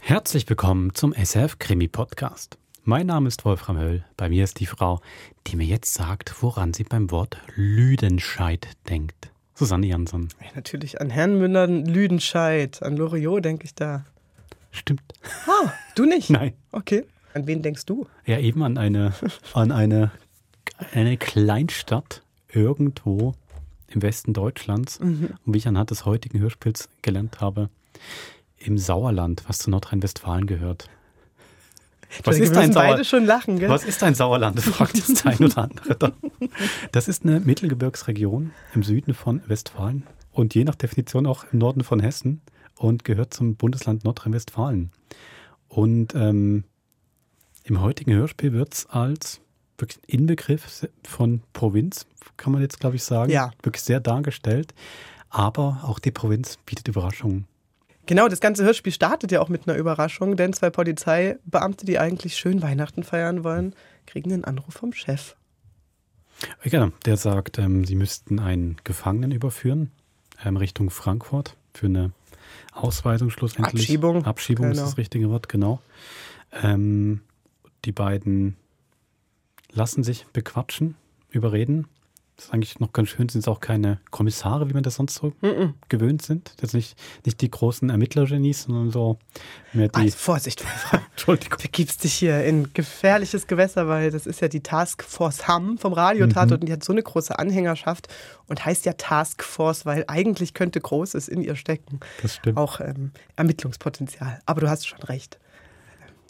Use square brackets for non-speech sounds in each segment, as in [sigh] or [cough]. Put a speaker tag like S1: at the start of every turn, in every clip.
S1: Herzlich willkommen zum SF Krimi Podcast. Mein Name ist Wolfram Höll. Bei mir ist die Frau, die mir jetzt sagt, woran sie beim Wort Lüdenscheid denkt. Susanne Jansson.
S2: Ja, natürlich an Herrenmünder, an Lüdenscheid, an Loriot denke ich da.
S1: Stimmt.
S2: Ah, du nicht?
S1: Nein.
S2: Okay. An wen denkst du?
S1: Ja, eben
S2: [laughs]
S1: an eine, an eine, eine Kleinstadt irgendwo im Westen Deutschlands.
S2: Mhm.
S1: Und wie ich anhand des heutigen Hörspiels gelernt habe, im Sauerland, was zu Nordrhein-Westfalen gehört. Was
S2: Entschuldige,
S1: ist
S2: wir
S1: ein
S2: müssen
S1: Sauer
S2: beide schon lachen, gell?
S1: Was ist ein Sauerland? [laughs] fragt jetzt der ein oder andere.
S2: [laughs]
S1: Dann. Das ist eine Mittelgebirgsregion im Süden von Westfalen und je nach Definition auch im Norden von Hessen und gehört zum Bundesland Nordrhein-Westfalen. Und ähm, im heutigen Hörspiel wird es als wirklich Inbegriff von Provinz, kann man jetzt glaube ich sagen,
S2: Ja.
S1: wirklich sehr dargestellt. Aber auch die Provinz bietet Überraschungen.
S2: Genau, das ganze Hörspiel startet ja auch mit einer Überraschung, denn zwei Polizeibeamte, die eigentlich schön Weihnachten feiern wollen, kriegen einen Anruf vom Chef.
S1: Genau, der sagt, ähm, sie müssten einen Gefangenen überführen ähm, Richtung Frankfurt für eine Ausweisung schlussendlich.
S2: Abschiebung.
S1: Abschiebung ist
S2: Genau.
S1: das richtige Wort, genau. Ähm, die beiden lassen sich bequatschen, überreden. Das ist eigentlich noch ganz schön, sind es auch keine Kommissare, wie man das sonst so gewöhnt sind. Jetzt nicht, nicht die großen Ermittlergenies, sondern so mehr die.
S2: Also Vorsicht, Wolfram.
S1: [laughs] Entschuldigung.
S2: Begibst dich hier in gefährliches Gewässer, weil das ist ja die Task Force Hamm vom Radiotatort
S1: Mhm.
S2: und die hat so eine große Anhängerschaft und heißt ja Task Force, weil eigentlich könnte Großes in ihr stecken.
S1: Das stimmt.
S2: Auch ähm, Ermittlungspotenzial. Aber du hast schon recht.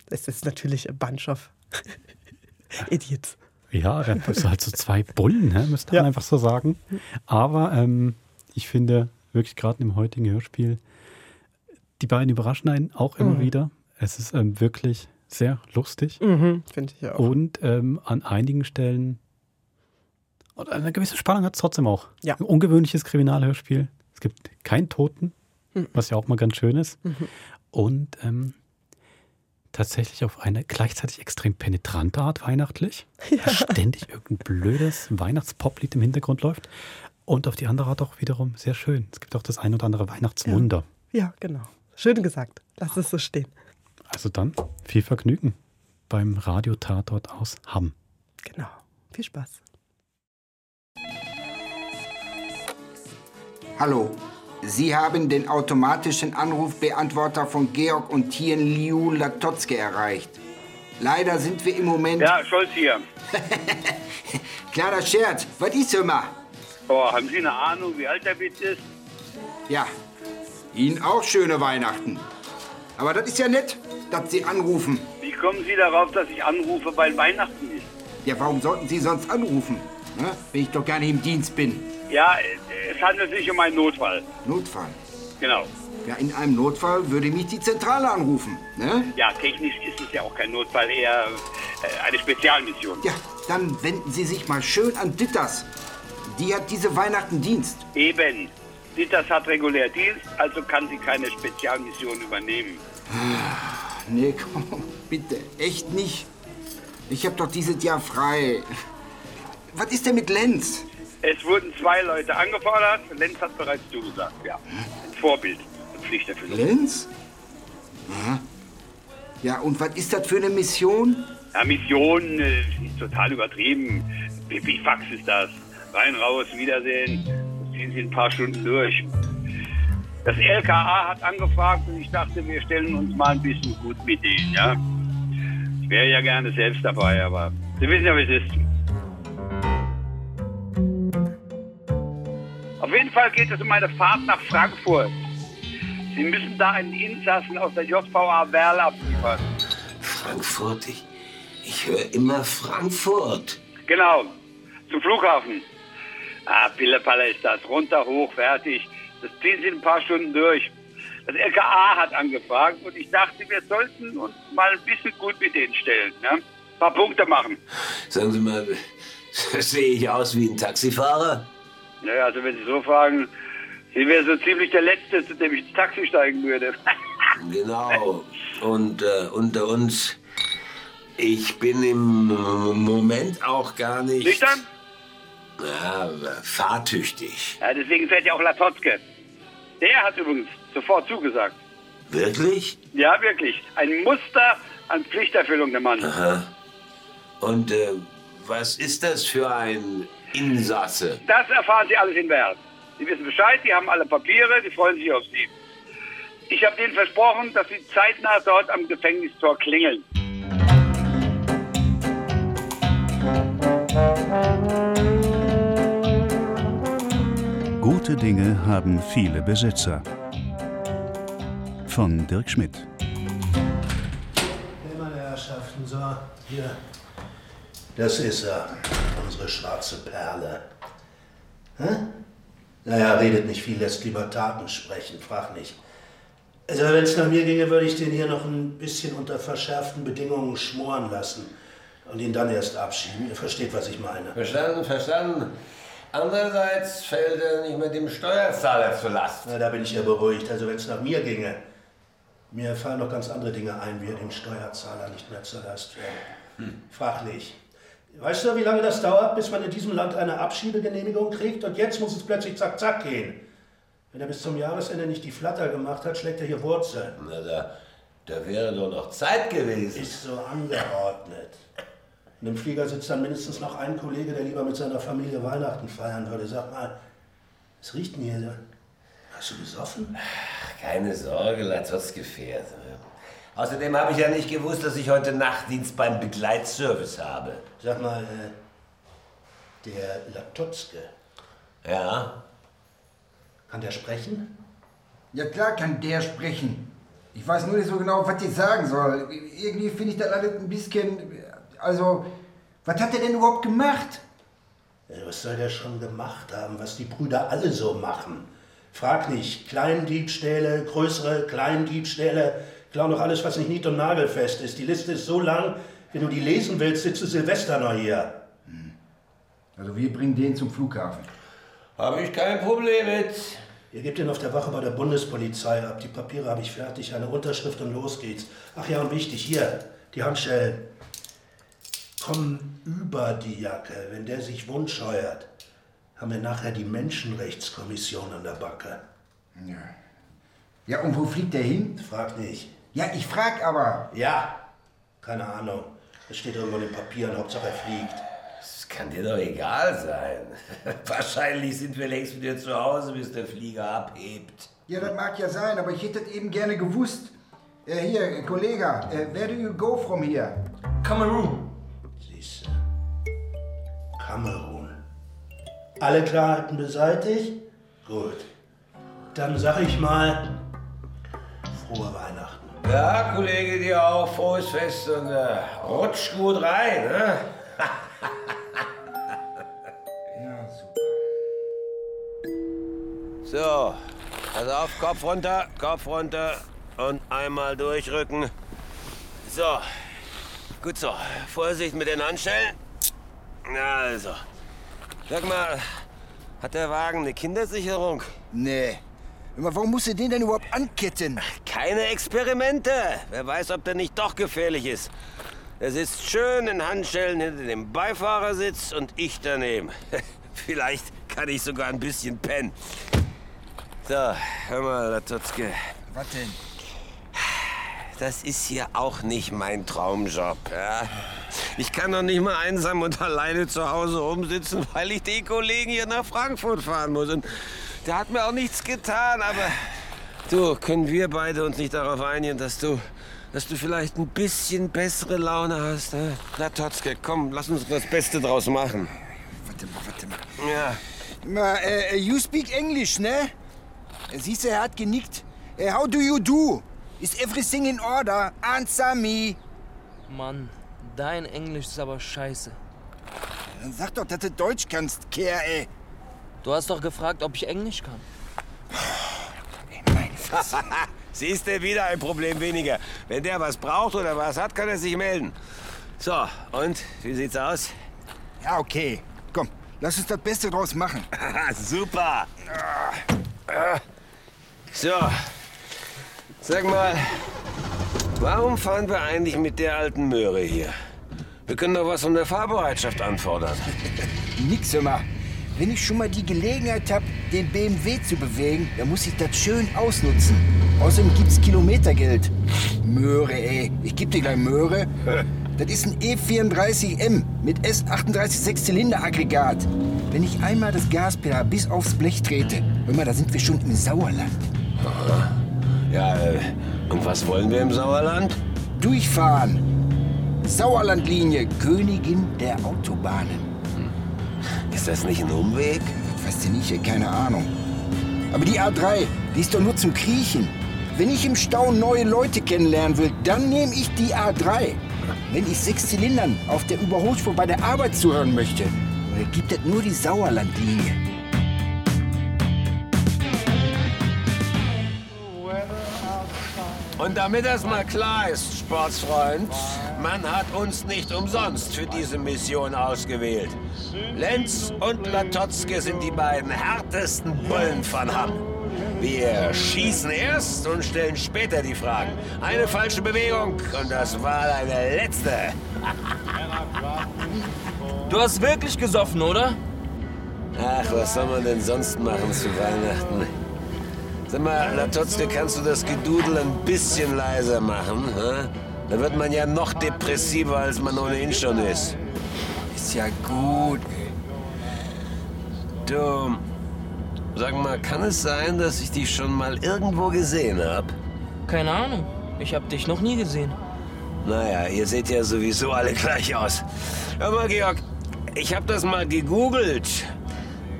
S2: Es ist natürlich ein Bunch of [laughs] Idiots.
S1: Ja, äh, so halt so zwei Bullen, ne? müsste
S2: Ja.
S1: man einfach so sagen. Aber ähm, ich finde wirklich gerade im heutigen Hörspiel, die beiden überraschen einen auch immer wieder. Es ist ähm, wirklich sehr lustig
S2: Mhm, Finde ich ja auch.
S1: und ähm, an einigen Stellen und eine gewisse Spannung hat es trotzdem auch.
S2: [laughs] Ja.
S1: Ein ungewöhnliches Kriminalhörspiel. Es gibt keinen Toten, was ja auch mal ganz schön ist. Und ähm, tatsächlich auf eine gleichzeitig extrem penetrante Art weihnachtlich. Ja. Ständig irgendein blödes Weihnachtspoplied im Hintergrund läuft. Und auf die andere Art auch wiederum sehr schön. Es gibt auch das ein oder andere Weihnachtswunder.
S2: Ja, genau. Schön gesagt. Lass es so stehen.
S1: Also dann viel Vergnügen beim Radiotatort aus Hamm.
S2: Genau. Viel Spaß.
S3: Hallo, Sie haben den automatischen Anrufbeantworter von Georg und Tien Liu Latotzke erreicht. Leider sind wir im Moment...
S4: Ja, Scholz hier.
S3: Klarer Scherz, was ist immer?
S4: Oh, haben Sie eine Ahnung, wie alt der Witz ist?
S3: Ja, Ihnen auch schöne Weihnachten. Aber das ist ja nett, dass Sie anrufen.
S4: Wie kommen Sie darauf, dass ich anrufe, weil Weihnachten ist?
S3: Ja, warum sollten Sie sonst anrufen? Ne? Wenn ich doch gar nicht im Dienst bin.
S4: Ja, äh, es handelt sich um einen Notfall.
S3: Notfall.
S4: Genau.
S3: Ja, in einem Notfall würde mich die Zentrale anrufen. Ne?
S4: Ja, technisch ist es ja auch kein Notfall, eher äh, eine Spezialmission.
S3: Ja, dann wenden Sie sich mal schön an Ditters. Die hat diese Weihnachten Dienst.
S4: Eben. Ditters hat regulär Dienst, also kann sie keine Spezialmission übernehmen.
S3: Ah, Nee, komm, [laughs] bitte, echt nicht. Ich hab doch dieses Jahr frei. Was ist denn mit Lenz?
S4: Es wurden zwei Leute angefordert. Lenz hat bereits zugesagt, ja. Ein Vorbild. Eine Pflichterfüllung.
S3: Lenz? Ja, ja und was ist das für eine Mission?
S4: Ja, Mission äh, ist total übertrieben. Pipifax ist das. Rein, raus, Wiedersehen. Das ziehen Sie in ein paar Stunden durch. Das LKA hat angefragt und ich dachte, wir stellen uns mal ein bisschen gut mit denen, ja. Ich wäre ja gerne selbst dabei, aber Sie wissen ja, wie es ist. Auf jeden Fall geht es um eine Fahrt nach Frankfurt. Sie müssen da einen Insassen aus der JVA Werl abliefern.
S5: Frankfurt, ich, ich höre immer Frankfurt.
S4: Genau, zum Flughafen. Ah, Pillepalle ist das. Runter, hoch, fertig. Das ziehen sie in ein paar Stunden durch. Das LKA hat angefragt und ich dachte, wir sollten uns mal ein bisschen gut mit denen stellen. Ne? Ein paar Punkte machen.
S5: Sagen Sie mal, [laughs] sehe ich aus wie ein Taxifahrer?
S4: Naja, also wenn Sie so fragen, hier wäre so ziemlich der Letzte, zu dem ich ins Taxi steigen würde. [laughs]
S5: Genau. Und äh, unter uns, ich bin im Moment auch gar nicht.
S4: Nüchtern?
S5: Ja, fahrtüchtig.
S4: Ja, deswegen fährt ja auch Latotzke. Der hat übrigens sofort zugesagt.
S5: Wirklich?
S4: Ja, wirklich. Ein Muster an Pflichterfüllung der Mann.
S5: Und äh, was ist das für ein Insasse?
S4: Das erfahren Sie alles in Bern. Sie wissen Bescheid, Sie haben alle Papiere, die freuen sich auf Sie. Ich habe denen versprochen, dass Sie zeitnah dort am Gefängnistor klingeln.
S6: Gute Dinge haben viele Besitzer. Von Dirk Schmidt.
S7: Hey, meine Herrschaften, so, hier. Das ist er, unsere schwarze Perle. Hä? Naja, redet nicht viel, lässt lieber Taten sprechen, frag nicht. Also, wenn es nach mir ginge, würde ich den hier noch ein bisschen unter verschärften Bedingungen schmoren lassen und ihn dann erst abschieben. Ihr versteht, was ich meine.
S5: Verstanden, verstanden. Andererseits fällt er nicht mehr dem Steuerzahler zur Last.
S7: Na, da bin ich ja beruhigt. Also, wenn es nach mir ginge, mir fallen noch ganz andere Dinge ein, wie er dem Steuerzahler nicht mehr zur Last fällt.
S5: Hm.
S7: Fraglich. Weißt du, wie lange das dauert, bis man in diesem Land eine Abschiebegenehmigung kriegt? Und jetzt muss es plötzlich zack, zack gehen. Wenn er bis zum Jahresende nicht die Flatter gemacht hat, schlägt er hier Wurzeln.
S5: Na, da, da wäre doch noch Zeit gewesen.
S7: Ist so angeordnet. Und im Flieger sitzt dann mindestens noch ein Kollege, der lieber mit seiner Familie Weihnachten feiern würde. Sag mal, es riecht mir hier. so. Hast du gesoffen?
S5: Keine Sorge, Latotzgefährt. Außerdem habe ich ja nicht gewusst, dass ich heute Nachtdienst beim Begleitservice habe.
S7: Sag mal, äh, der Latotzke,
S5: Ja?
S7: kann der sprechen?
S3: Ja klar kann der sprechen. Ich weiß nur nicht so genau, was ich sagen soll. Irgendwie finde ich das alles ein bisschen... Also, was hat er denn überhaupt gemacht?
S7: Äh, Was soll der schon gemacht haben, was die Brüder alle so machen? Frag nicht, Kleindiebstähle, größere Kleindiebstähle, klau doch alles, was nicht nied- und nagelfest ist. Die Liste ist so lang, wenn du die lesen willst, sitzt du Silvester noch hier.
S3: Hm. Also, wir bringen den zum Flughafen.
S5: Habe ich kein Problem mit.
S7: Ihr gebt ihn auf der Wache bei der Bundespolizei ab. Die Papiere habe ich fertig, eine Unterschrift und los geht's. Ach ja, und wichtig, hier, die Handschellen. Kommen über die Jacke, wenn der sich wundscheuert, haben wir nachher die Menschenrechtskommission an der Backe.
S3: Ja, und wo fliegt der hin?
S7: Frag nicht.
S3: Ja, ich frag aber.
S7: Ja, keine Ahnung. Es steht irgendwo in den Papieren, Hauptsache er fliegt.
S5: Das kann dir doch egal sein. [laughs] Wahrscheinlich sind wir längst wieder zu Hause, bis der Flieger abhebt.
S3: Ja, das mag ja sein, aber ich hätte das eben gerne gewusst. Äh, hier, Kollege, äh, where do you go from here?
S5: Kamerun.
S7: Siehst du. Kamerun. Alle Klarheiten beseitigt? Gut. Dann sag ich mal, frohe Weihnachten.
S5: Ja, Kollege, dir auch frohes Fest und äh, rutsch gut rein, ne?
S3: Ja, super.
S5: So, pass auf, Kopf runter, Kopf runter und einmal durchrücken. So, gut so. Vorsicht mit den Handschellen. Na also, sag mal, hat der Wagen eine Kindersicherung?
S3: Nee. Aber warum musst du den denn überhaupt anketten?
S5: Keine Experimente. Wer weiß, ob der nicht doch gefährlich ist. Er sitzt schön in Handschellen hinter dem Beifahrersitz und ich daneben. [laughs] Vielleicht kann ich sogar ein bisschen pennen. So, hör mal, Latotzke.
S3: Was denn?
S5: Das ist hier auch nicht mein Traumjob. Ja? Ich kann doch nicht mal einsam und alleine zu Hause rumsitzen, weil ich den Kollegen hier nach Frankfurt fahren muss. Und der hat mir auch nichts getan, aber du, können wir beide uns nicht darauf einigen, dass du, dass du vielleicht ein bisschen bessere Laune hast? Ne? Na, Totzke, komm, lass uns das Beste draus machen.
S3: Warte mal, warte mal.
S5: Ja.
S3: Ma, äh, you speak English, ne? Siehst du, er hat genickt. Äh, how do you do? Is everything in order? Answer me.
S8: Mann, dein Englisch ist aber scheiße.
S3: Dann sag doch, dass du Deutsch kannst, Kerl, ey.
S8: Du hast doch gefragt, ob ich Englisch kann.
S3: Ey, meine Fresse.
S5: [laughs] Siehst du, wieder ein Problem weniger. Wenn der was braucht oder was hat, kann er sich melden. So, und wie sieht's aus?
S3: Ja, okay. Komm, lass uns das Beste draus machen.
S5: Ah, [laughs] super. So, sag mal, warum fahren wir eigentlich mit der alten Möhre
S3: [laughs]
S5: hier? Wir können doch was von der Fahrbereitschaft anfordern.
S3: Nix immer. Wenn ich schon mal die Gelegenheit habe, den BMW zu bewegen, dann muss ich das schön ausnutzen. Außerdem gibt's Kilometergeld. Möhre, ey. Ich geb dir gleich Möhre. Das ist ein E34M mit S38 Sechszylinder-Aggregat. Wenn ich einmal das Gaspedal bis aufs Blech trete, hör mal, da sind wir schon im Sauerland.
S5: Ja, äh, und was wollen wir im Sauerland?
S3: Durchfahren. Sauerlandlinie, Königin der Autobahnen. Hm.
S5: Ist das nicht ein Umweg?
S3: Weißt du nicht, ey, keine Ahnung. Aber die A3, die ist doch nur zum Kriechen. Wenn ich im Stau neue Leute kennenlernen will, dann nehme ich die A3. Wenn ich sechs Zylindern auf der Überholspur bei der Arbeit zuhören möchte, dann gibt es nur die Sauerlandlinie.
S5: Und damit das mal klar ist, Sportsfreund, man hat uns nicht umsonst für diese Mission ausgewählt. Lenz und Latotzke sind die beiden härtesten Bullen von Hamm. Wir schießen erst und stellen später die Fragen. Eine falsche Bewegung und das war deine letzte.
S8: Du hast wirklich gesoffen, oder?
S5: Ach, was soll man denn sonst machen zu Weihnachten? Sag mal, Latotzke, kannst du das Gedudel ein bisschen leiser machen? Hä? Da wird man ja noch depressiver, als man ohnehin schon ist.
S3: Ist ja gut.
S5: Du, sag mal, kann es sein, dass ich dich schon mal irgendwo gesehen hab?
S8: Keine Ahnung. Ich hab dich noch nie gesehen.
S5: Naja, ihr seht ja sowieso alle gleich aus. Hör mal, Georg, ich hab das mal gegoogelt.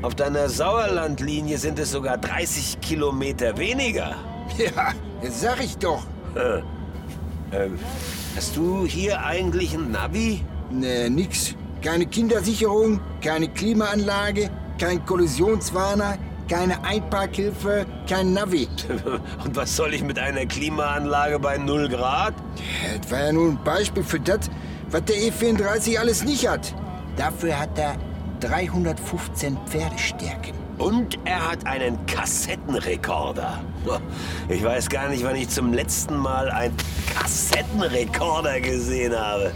S5: Auf deiner Sauerlandlinie sind es sogar 30 Kilometer weniger.
S3: Ja, das sag ich doch.
S5: Ähm, Hast du hier eigentlich ein Navi?
S3: Nee, nix. Keine Kindersicherung, keine Klimaanlage, kein Kollisionswarner, keine Einparkhilfe, kein
S5: [laughs]
S3: Navi.
S5: Und was soll ich mit einer Klimaanlage bei 0 Grad?
S3: Das war ja nur ein Beispiel für das, was der E34 alles nicht hat. Dafür hat er 315 Pferdestärken.
S5: Und er hat einen Kassettenrekorder. Ich weiß gar nicht, wann ich zum letzten Mal einen Kassettenrekorder gesehen habe.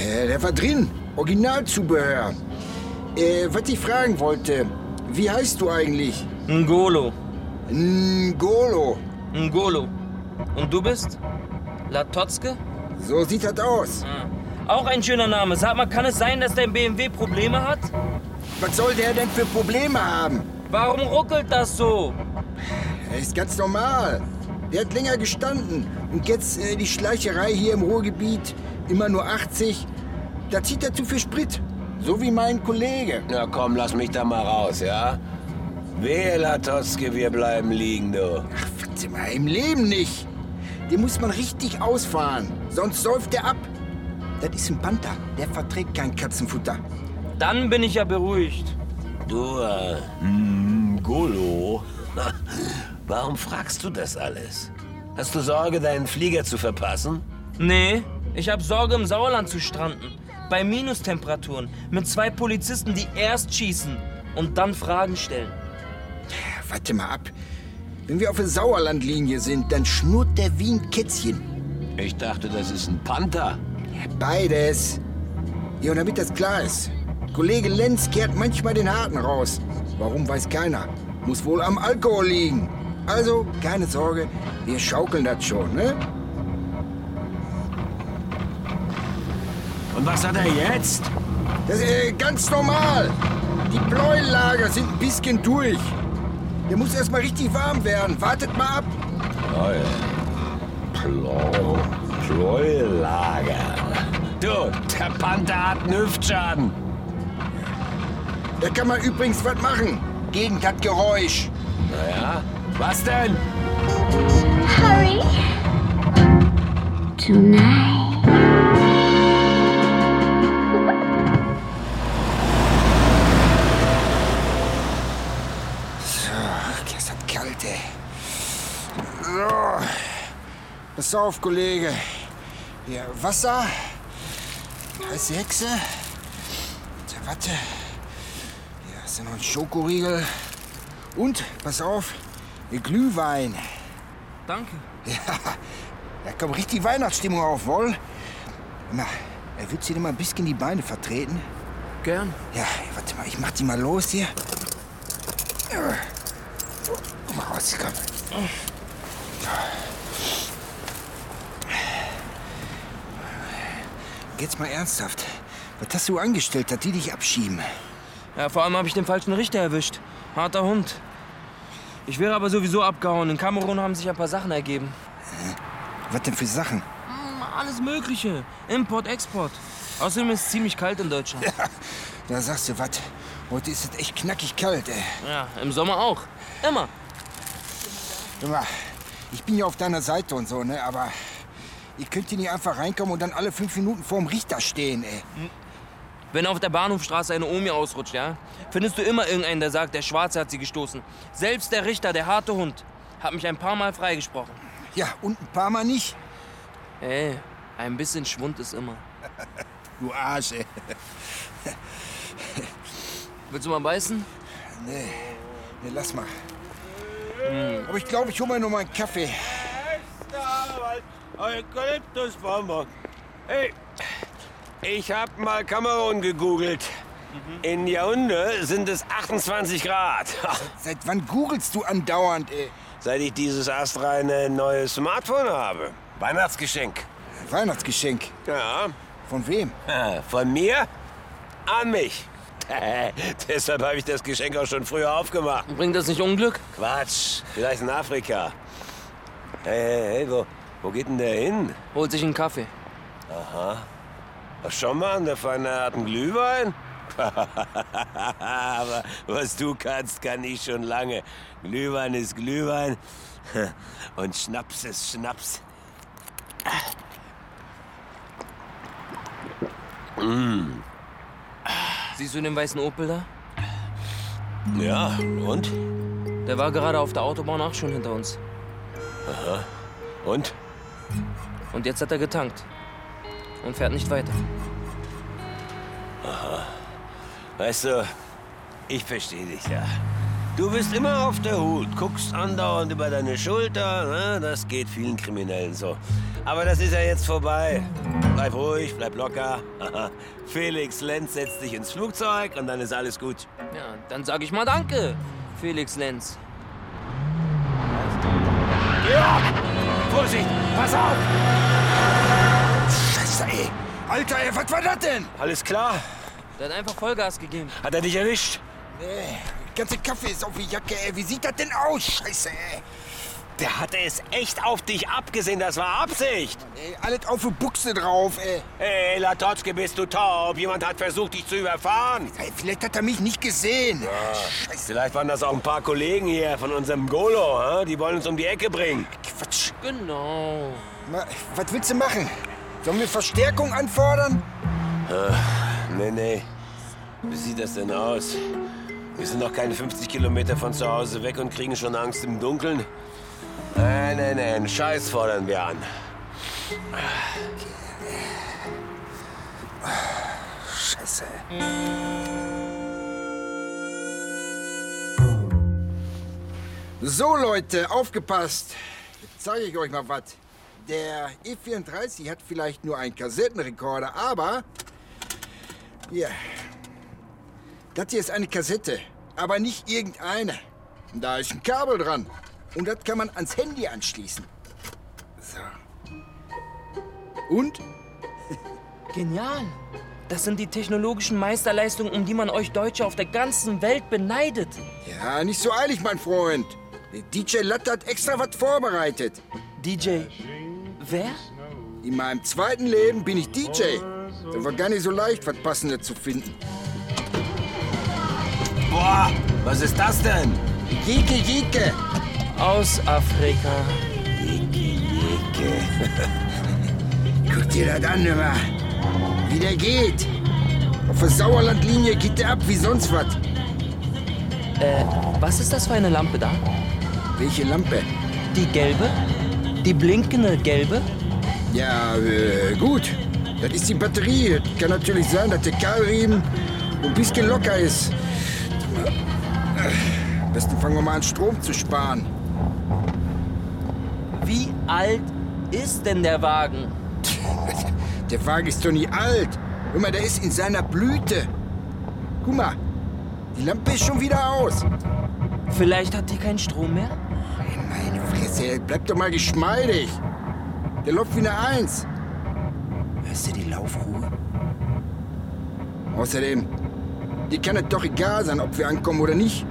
S3: Äh, der war drin. Originalzubehör. Äh, was ich fragen wollte, wie heißt du eigentlich?
S8: Ngolo.
S3: Ngolo.
S8: Ngolo. Und du bist? Latotzke?
S3: So sieht das aus.
S8: Ah. Auch ein schöner Name. Sag mal, kann es sein, dass dein BMW Probleme hat?
S3: Was soll der denn für Probleme haben?
S8: Warum ruckelt das so?
S3: Er ist ganz normal. Der hat länger gestanden. Und jetzt äh, die Schleicherei hier im Ruhrgebiet, immer nur 80. Da zieht er zu viel Sprit. So wie mein Kollege.
S5: Na komm, lass mich da mal raus, ja? Wehe, Latoske, wir bleiben liegen, du.
S3: Verdammt mal, im Leben nicht. Den muss man richtig ausfahren, sonst säuft der ab. Das ist ein Panther, der verträgt kein Katzenfutter.
S8: Dann bin ich ja beruhigt.
S5: Du, äh, mm, Golo. Warum fragst du das alles? Hast du Sorge, deinen Flieger zu verpassen?
S8: Nee, ich hab Sorge, im Sauerland zu stranden. Bei Minustemperaturen. Mit zwei Polizisten, die erst schießen und dann Fragen stellen.
S3: Ja, Warte mal ab. Wenn wir auf der Sauerlandlinie sind, dann schnurrt der wie ein Kätzchen.
S5: Ich dachte, das ist ein Panther.
S3: Beides. Ja, und damit das klar ist, Kollege Lenz kehrt manchmal den Harten raus. Warum weiß keiner. Muss wohl am Alkohol liegen. Also, keine Sorge, wir schaukeln das schon, ne?
S5: Und was hat er jetzt?
S3: Das ist äh, ganz normal. Die Bläulager sind ein bisschen durch. Der muss erst mal richtig warm werden. Wartet mal ab.
S5: Plo, Pleuelager. Du, der Panther hat einen Hüftschaden.
S3: Da kann man übrigens was machen. Gegen das Geräusch.
S5: Naja, was denn?
S9: Hurry. Tonight.
S3: Ach, ist das kalt, ey. So. Pass auf, Kollege. Hier, Wasser. Heiße Hexe. Der Watte. Hier ist ja noch ein Schokoriegel. Und, pass auf, der Glühwein.
S8: Danke.
S3: Ja, da kommt richtig Weihnachtsstimmung auf, wohl? Na, er wird dir mal ein bisschen die Beine vertreten.
S8: Gern.
S3: Ja, warte mal, ich mach die mal los hier.
S5: Mal rausgekommen.
S3: Jetzt mal ernsthaft. Was hast du angestellt, dass die dich abschieben?
S8: Ja, vor allem habe ich den falschen Richter erwischt. Harter Hund. Ich wäre aber sowieso abgehauen. In Kamerun haben sich ein paar Sachen ergeben.
S3: Was denn für Sachen?
S8: Hm, Alles Mögliche. Import, Export. Außerdem ist es ziemlich kalt in Deutschland.
S3: Da sagst du was. Heute ist es echt knackig kalt, ey.
S8: Ja, im Sommer auch. Immer.
S3: Sag mal, ich bin ja auf deiner Seite und so, ne? Aber ihr könnt hier nicht einfach reinkommen und dann alle fünf Minuten vorm Richter stehen, ey.
S8: Hm. Wenn auf der Bahnhofstraße eine Omi ausrutscht, ja, findest du immer irgendeinen, der sagt, der Schwarze hat sie gestoßen. Selbst der Richter, der harte Hund, hat mich ein paar Mal freigesprochen.
S3: Ja, und ein paar Mal nicht.
S8: Ey, ein bisschen Schwund ist immer.
S3: [laughs] Du Arsch, ey.
S8: [laughs] Willst du mal beißen?
S3: Nee, nee lass mal. Hm, Aber ich glaube, ich hole mir noch mal einen Kaffee.
S5: Eukalyptusbonbon. Hey, ich hab mal Kamerun gegoogelt. In Yaounde sind es 28 Grad.
S3: Mhm. [laughs] Seit wann googelst du andauernd, ey?
S5: Seit ich dieses astreine neue Smartphone habe. Weihnachtsgeschenk.
S3: Weihnachtsgeschenk.
S5: Ja,
S3: Von wem?
S5: Ah, [laughs] von mir an mich. [laughs] Deshalb habe ich das Geschenk auch schon früher aufgemacht.
S8: Bringt das nicht Unglück?
S5: Quatsch, vielleicht in Afrika. Hey, hey, hey, wo, wo geht denn der hin?
S8: Holt sich einen Kaffee.
S5: Ach, schon mal, der feine hat einen Glühwein? [laughs] Aber was du kannst, kann ich schon lange. Glühwein ist Glühwein [laughs] und Schnaps ist Schnaps.
S8: Siehst du den weißen Opel da?
S5: Ja, und?
S8: Der war gerade auf der Autobahn auch schon hinter uns.
S5: Und?
S8: Und jetzt hat er getankt. Und fährt nicht weiter.
S5: Weißt du, ich verstehe dich ja. Du bist immer auf der Hut, guckst andauernd über deine Schulter. Ne? Das geht vielen Kriminellen so. Aber das ist ja jetzt vorbei. Bleib ruhig, bleib locker. [laughs] Felix Lenz setzt dich ins Flugzeug und dann ist alles gut.
S8: Ja, dann sag ich mal Danke, Felix Lenz.
S5: Vorsicht, pass auf!
S3: Scheiße, ey. Alter, ey, was war das denn?
S5: Alles klar?
S8: Der hat einfach Vollgas gegeben.
S5: Hat er dich erwischt?
S3: Nee, der ganze Kaffee ist auf die Jacke, ey. Wie sieht das denn aus? Scheiße, ey.
S5: Der hatte es echt auf dich abgesehen, das war Absicht.
S3: ey alles auf die Buchse drauf, ey.
S5: Hey, Latotzke, bist du taub? Jemand hat versucht, dich zu überfahren.
S3: Ey, Vielleicht hat er mich nicht gesehen. Scheiße,
S5: Vielleicht waren das auch ein paar Kollegen hier von unserem Golo. hä? Die wollen uns um die Ecke bringen.
S3: Quatsch.
S8: Genau.
S3: Ma, was willst du machen? Sollen wir Verstärkung anfordern?
S5: Äh, Nee, nee. Wie sieht das denn aus? Wir sind noch keine 50 Kilometer von zu Hause weg und kriegen schon Angst im Dunkeln. Nein, nein, nein. Scheiß fordern wir an.
S3: Scheiße. So, Leute, aufgepasst. Jetzt zeige ich euch mal was. Der E34 hat vielleicht nur einen Kassettenrekorder, aber... Hier. Das hier ist eine Kassette, aber nicht irgendeine. Da ist ein Kabel dran. Und das kann man ans Handy anschließen. So. Und
S8: Genial. Das sind die technologischen Meisterleistungen, um die man euch Deutsche auf der ganzen Welt beneidet.
S3: Ja, nicht so eilig, mein Freund. Der DJ Latte hat extra was vorbereitet.
S8: DJ. Wer?
S3: In meinem zweiten Leben bin ich DJ. Da war gar nicht so leicht, was Passendes zu finden.
S5: Boah, was ist das denn?
S3: Jeke, jeke.
S8: Aus Afrika.
S3: [laughs] Guck dir das an, immer. Wie der geht. Auf der Sauerlandlinie geht der ab wie sonst was.
S8: Äh, was ist das für eine Lampe da?
S3: Welche Lampe?
S8: Die gelbe? Die blinkende gelbe?
S3: Ja, äh, gut. Das ist die Batterie. Es Kann natürlich sein, dass der Kabelriemen ein bisschen locker ist. Äh, Am besten fangen wir mal an, Strom zu sparen.
S8: Wie alt ist denn der Wagen?
S3: [laughs] Der Wagen ist doch nicht alt. Hör mal, der ist in seiner Blüte. Guck mal, die Lampe ist schon wieder aus.
S8: Vielleicht hat die keinen Strom mehr?
S3: Meine Fresse, ey, bleib doch mal geschmeidig. Der läuft wie eine Eins. Hörst du die Laufruhe? Außerdem, dir kann es doch egal sein, ob wir ankommen oder nicht.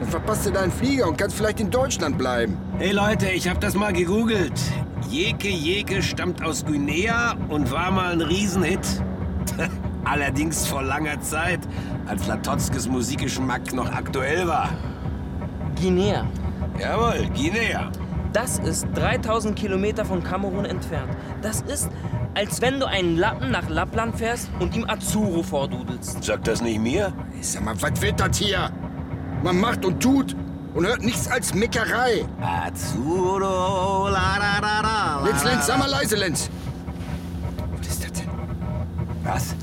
S3: Dann verpasst du deinen Flieger und kannst vielleicht in Deutschland bleiben.
S5: Hey Leute, ich habe das mal gegoogelt. Jeke Jeke stammt aus Guinea und war mal ein Riesenhit. [laughs] Allerdings vor langer Zeit, als Latotzkes Musikgeschmack noch aktuell war.
S8: Guinea.
S5: Jawohl, Guinea.
S8: Das ist 3000 Kilometer von Kamerun entfernt. Das ist, als wenn du einen Lappen nach Lappland fährst und ihm Azuro vordudelst.
S5: Sagt das nicht mir?
S3: Ich sag mal, was wird das hier? Man macht und tut und hört nichts als Meckerei.
S5: Azuro, la la la la. la.
S3: Lenz, Lenz, sag mal leise, Lenz. Was ist das denn?
S5: Was?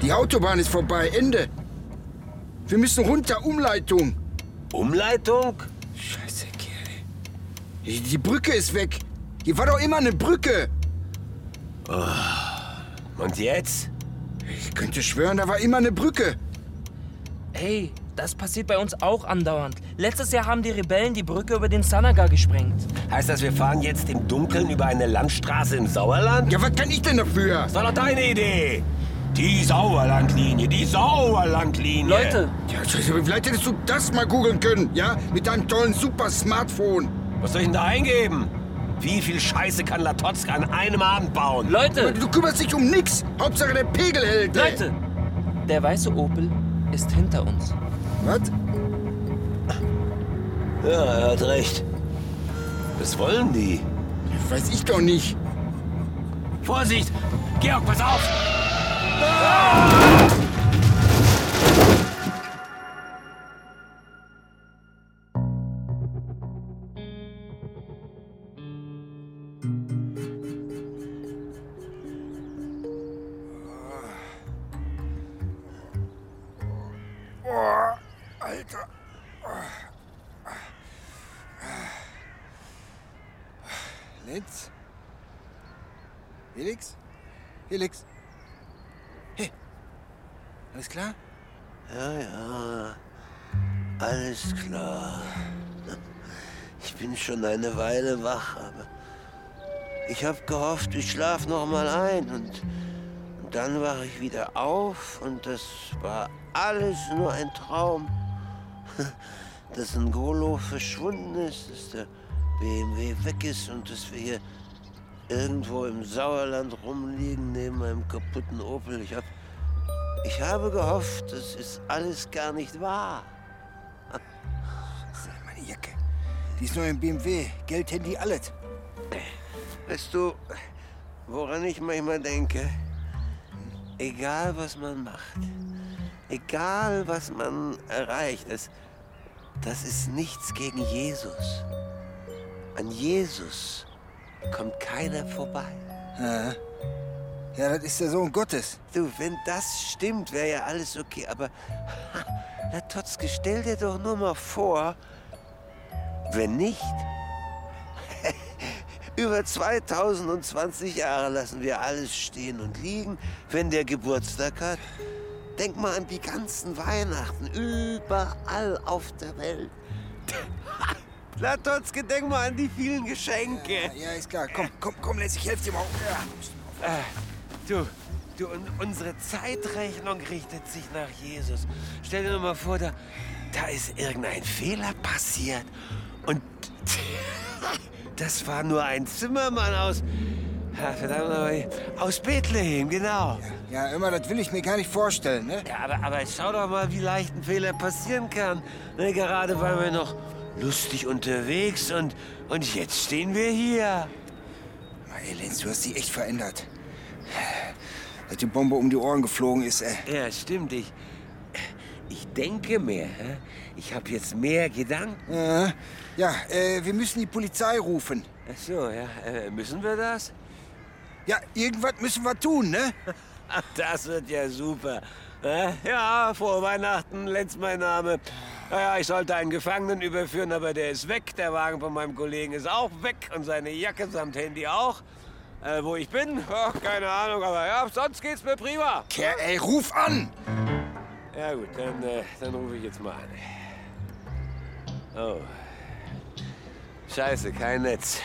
S3: Die Autobahn ist vorbei, Ende. Wir müssen runter, Umleitung.
S5: Umleitung?
S3: Scheiße, Kerl. Die die Brücke ist weg. Hier war doch immer eine Brücke.
S5: Ah. Und jetzt?
S3: Ich könnte schwören, da war immer eine Brücke.
S8: Hey, das passiert bei uns auch andauernd. Letztes Jahr haben die Rebellen die Brücke über den Sanaga gesprengt.
S5: Heißt das, wir fahren jetzt im Dunkeln über eine Landstraße im Sauerland?
S3: Ja, was kann ich denn dafür?
S5: Das war doch deine Idee. Die Sauerlandlinie, die Sauerlandlinie.
S8: Leute,
S3: Ja, Scheiße, vielleicht hättest du das mal googeln können, ja? Mit deinem tollen Super-Smartphone.
S5: Was soll ich denn da eingeben? Wie viel Scheiße kann Latotsk an einem Abend bauen?
S8: Leute,
S3: Du kümmerst dich um nix. Hauptsache der Pegel hält. ey.
S8: Leute! Der weiße Opel ist hinter uns.
S3: Was?
S5: Ja, er hat recht. Was wollen die?
S3: Weiß ich doch nicht.
S5: Vorsicht! Georg, pass auf!
S3: Oh, Alter. Lenz? Helix? Helix? Hey, alles klar?
S5: Ja, ja. Alles klar. Ich bin schon eine Weile wach, aber ich habe gehofft, ich schlaf noch mal ein und, und dann wache ich wieder auf und das war alles nur ein Traum. [laughs] Dass ein Golo verschwunden ist, dass der BMW weg ist und dass wir hier irgendwo im Sauerland rumliegen neben einem kaputten Opel. Ich habe ich habe gehofft, es ist alles gar nicht wahr.
S3: Meine Jacke. Die ist neu im BMW. Geld, Handy, alles.
S5: Weißt du, woran ich manchmal denke? Egal, was man macht, egal, was man erreicht, es, das ist nichts gegen Jesus. An Jesus kommt keiner vorbei.
S3: Ja, das ist der Sohn Gottes.
S5: Du, wenn das stimmt, wäre ja alles okay, aber Latotzke, stell dir doch nur mal vor, wenn nicht. [laughs] Über 2020 Jahre lassen wir alles stehen und liegen, wenn der Geburtstag hat. Denk mal an die ganzen Weihnachten, überall auf der Welt. Latotzke, denk mal an die vielen Geschenke.
S3: Ja, ist klar. Komm, komm, komm, Lenz, ich helf dir mal. Ja.
S5: Äh, Du, du, und unsere Zeitrechnung richtet sich nach Jesus. Stell dir nur mal vor, da, da ist irgendein Fehler passiert. Und das war nur ein Zimmermann aus. ja, Verdammt, aber- aus Bethlehem, genau.
S3: Ja, immer, das will ich mir gar nicht vorstellen, ne?
S5: Ja, aber, aber schau doch mal, wie leicht ein Fehler passieren kann. Ne, gerade waren wir noch lustig unterwegs und, und jetzt stehen wir hier.
S3: Ey, Lenz, du hast dich echt verändert. Seit die Bombe um die Ohren geflogen ist, ey.
S5: Ja, stimmt. Ich, ich denke mehr. hä? Ich habe jetzt mehr Gedanken.
S3: Äh, ja, äh, wir müssen die Polizei rufen.
S5: Ach so, ja. Äh, müssen wir das?
S3: Ja, irgendwas müssen wir tun, ne?
S5: [laughs] Ach, das wird ja super. Hä? Ja, frohe Weihnachten, Lenz mein Name. Naja, ich sollte einen Gefangenen überführen, aber der ist weg. Der Wagen von meinem Kollegen ist auch weg und seine Jacke samt Handy auch. Äh, wo ich bin? [laughs] Ach, keine Ahnung, aber ja, sonst geht's mir prima.
S3: Kerl, ey, ruf an!
S5: Ja gut, dann, äh, dann rufe ich jetzt mal an. Oh. Scheiße, kein Netz.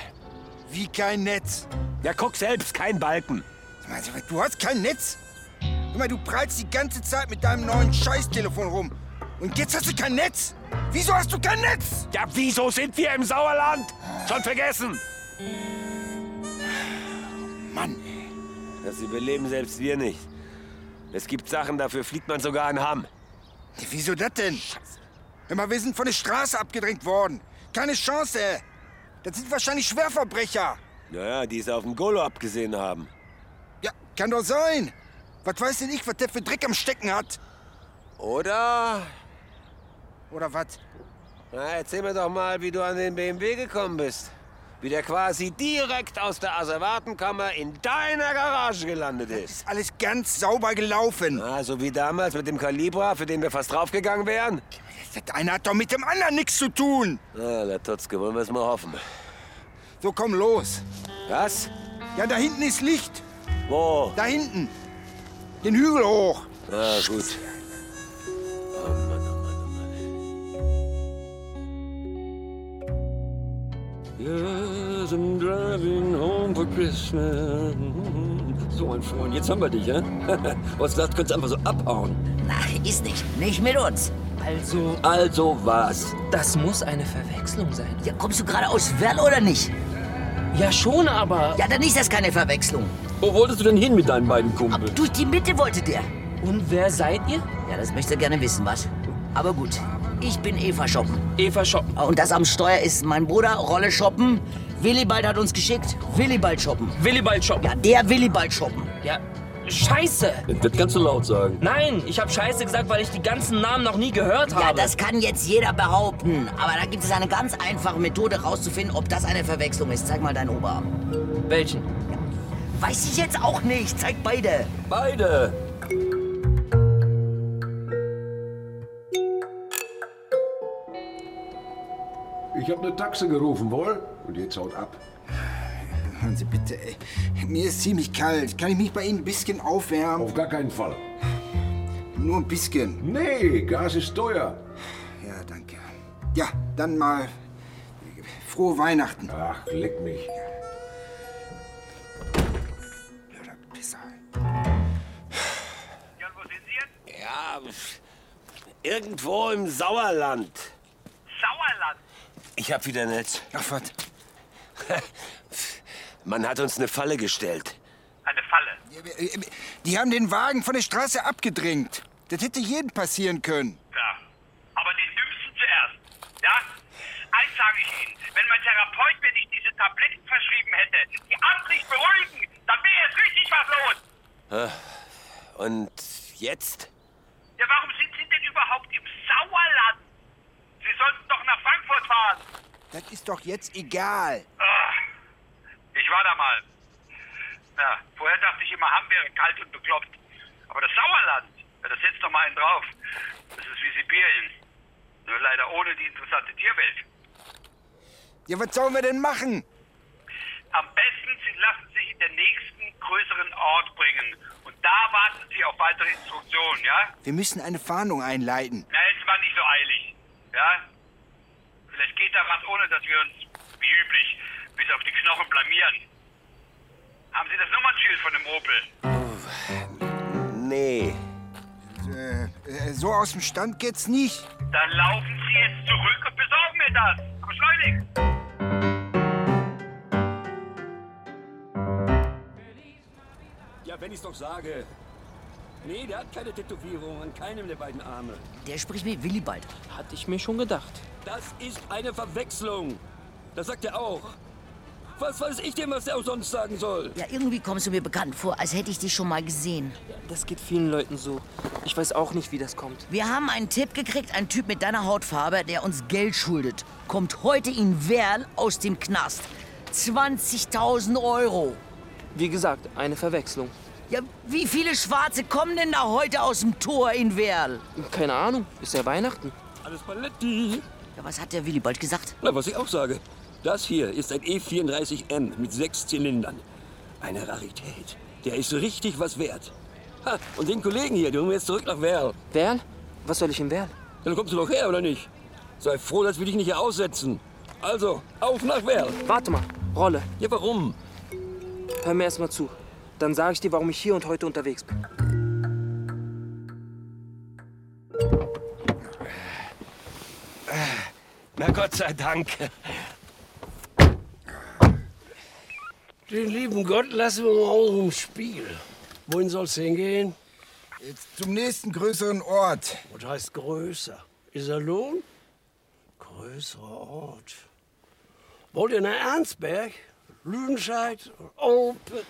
S3: Wie kein Netz.
S5: Ja, guck selbst, kein Balken.
S3: Sag mal, sag mal, Du hast kein Netz? Sag mal, du prallst die ganze Zeit mit deinem neuen Scheißtelefon rum. Und jetzt hast du kein Netz? Wieso hast du kein Netz?
S5: Ja, wieso sind wir im Sauerland? Schon vergessen.
S3: Mann,
S5: Das überleben selbst wir nicht. Es gibt Sachen, dafür fliegt man sogar in Hamm.
S3: ey, wieso das denn? Hör mal, wir sind von der Straße abgedrängt worden. Keine Chance, ey. Das sind wahrscheinlich Schwerverbrecher.
S5: Naja, die es auf dem Golo abgesehen haben.
S3: Ja, kann doch sein. Was weiß denn ich, was der für Dreck am Stecken hat?
S5: Oder?
S3: Oder was?
S5: Na, erzähl mir doch mal, wie du an den BMW gekommen bist. Wie der quasi direkt aus der Asservatenkammer in deiner Garage gelandet ist.
S3: Ist alles ganz sauber gelaufen.
S5: Na, so wie damals mit dem Kalibra, für den wir fast draufgegangen wären.
S3: Das eine hat doch mit dem anderen nichts zu tun.
S5: Na, Latotzke, wollen wir es mal hoffen.
S3: So, komm los.
S5: Was?
S3: Ja, da hinten ist Licht.
S5: Wo?
S3: Da hinten. Den Hügel hoch.
S5: Na, gut. Oh Mann, oh Mann, oh Mann. Yes, I'm driving home for Christmas.
S10: So, mein Freund, jetzt haben wir dich, ja? [laughs] Was gesagt, könntest einfach so abhauen.
S11: Na, ist nicht. Nicht mit uns.
S8: Also,
S10: Also was?
S8: das muss eine Verwechslung sein.
S11: Ja, kommst du gerade aus Werl oder nicht?
S8: Ja, schon, aber.
S11: Ja, dann ist das keine Verwechslung.
S10: Wo wolltest du denn hin mit deinen beiden
S11: Aber
S10: Kumpels?
S11: durch die Mitte wollte der.
S8: Und wer seid ihr?
S11: Ja, das möchte er gerne wissen, was? Aber gut, ich bin Eva Schoppen. Ah,
S8: Eva Schoppen.
S11: Und das am Steuer ist mein Bruder Rolle Schoppen. Willibald hat uns geschickt. Willibald Schoppen.
S8: Willibald Schoppen.
S11: Ja, der Willibald Schoppen.
S8: Ja. Scheiße!
S10: Das kannst du laut sagen.
S8: Nein, ich habe Scheiße gesagt, weil ich die ganzen Namen noch nie gehört habe.
S11: Ja, das kann jetzt jeder behaupten. Aber da gibt es eine ganz einfache Methode rauszufinden, ob das eine Verwechslung ist. Zeig mal deinen Oberarm.
S8: Welchen?
S11: Weiß ich jetzt auch nicht. Zeig beide.
S10: Beide!
S12: Ich habe eine Taxe gerufen, wohl? Und jetzt haut ab.
S3: Hören Sie bitte, ey. Mir ist ziemlich kalt. Kann ich mich bei Ihnen ein bisschen aufwärmen?
S12: Auf gar keinen Fall.
S3: Nur ein bisschen.
S12: Nee, Gas ist teuer.
S3: Ja, danke. Ja, dann mal frohe Weihnachten.
S12: Ach, leck mich.
S3: Blöder Pisser.
S4: Ja, wo sind Sie jetzt?
S5: Ja, pf, irgendwo im Sauerland.
S4: Sauerland.
S5: Ich hab wieder Netz.
S3: Ach, was?
S5: [laughs] Man hat uns eine Falle gestellt.
S4: Eine Falle.
S3: Die haben den Wagen von der Straße abgedrängt. Das hätte jedem passieren können.
S4: Ja. Aber den dümmsten zuerst. Ja? Eins sage ich Ihnen. Wenn mein Therapeut mir nicht diese Tabletten verschrieben hätte, die amtlich beruhigen, dann wäre jetzt richtig was los.
S5: Ah, Und jetzt?
S4: Ja, warum sind Sie denn überhaupt im Sauerland? Sie sollten doch nach Frankfurt fahren.
S3: Das ist doch jetzt egal.
S4: Ich war da mal. Na, vorher dachte ich immer, Hamm wäre kalt und bekloppt. Aber das Sauerland, ja, das setzt doch mal einen drauf. Das ist wie Sibirien. Nur leider ohne die interessante Tierwelt.
S3: Ja, was sollen wir denn machen?
S4: Am besten, Sie lassen sich in den nächsten größeren Ort bringen. Und da warten Sie auf weitere Instruktionen, ja?
S3: Wir müssen eine Fahndung einleiten.
S4: Na, jetzt mal nicht so eilig. Ja? Vielleicht geht da was, ohne dass wir uns, wie üblich, bis auf die Knochen blamieren. Haben Sie das Nummernschild von dem Opel?
S5: Nee.
S3: Äh, äh, so aus dem Stand geht's nicht.
S4: Dann laufen Sie jetzt zurück und besorgen mir das. Aber schleunig.
S10: Ja, wenn ich's doch sage. Nee, der hat keine Tätowierung an keinem der beiden Arme.
S11: Der spricht mit Willibald.
S8: Hatte ich mir schon gedacht.
S10: Das ist eine Verwechslung. Das sagt er auch. Was weiß ich denn, was er auch sonst sagen soll?
S11: Ja, irgendwie kommst du mir bekannt vor, als hätte ich dich schon mal gesehen.
S8: Das geht vielen Leuten so. Ich weiß auch nicht, wie das kommt.
S11: Wir haben einen Tipp gekriegt, ein Typ mit deiner Hautfarbe, der uns Geld schuldet. Kommt heute in Werl aus dem Knast. 20.000 Euro.
S8: Wie gesagt, eine Verwechslung.
S11: Ja, wie viele Schwarze kommen denn da heute aus dem Tor in Werl?
S8: Keine Ahnung, ist ja Weihnachten.
S10: Alles Paletti.
S11: Ja, was hat der Willibald gesagt?
S10: Na, was ich auch sage. Das hier ist ein E34M mit sechs Zylindern. Eine Rarität. Der ist richtig was wert. Ha, und den Kollegen hier, die holen wir jetzt zurück nach Werl.
S8: Werl? Was soll ich in Werl?
S10: Dann kommst du doch her, oder nicht? Sei froh, dass wir dich nicht hier aussetzen. Also, auf nach Werl.
S8: Warte mal, Rolle.
S10: Ja, warum?
S8: Hör mir erst mal zu. Dann sage ich dir, warum ich hier und heute unterwegs bin.
S5: Na Gott sei Dank.
S13: Den lieben Gott lassen wir mal aus dem Spiel. Wohin soll's hingehen?
S3: Zum nächsten größeren Ort.
S13: Was heißt größer? Iserlohn? Größerer Ort. Wollt ihr nach Ernstberg? Lüdenscheid? Olpe?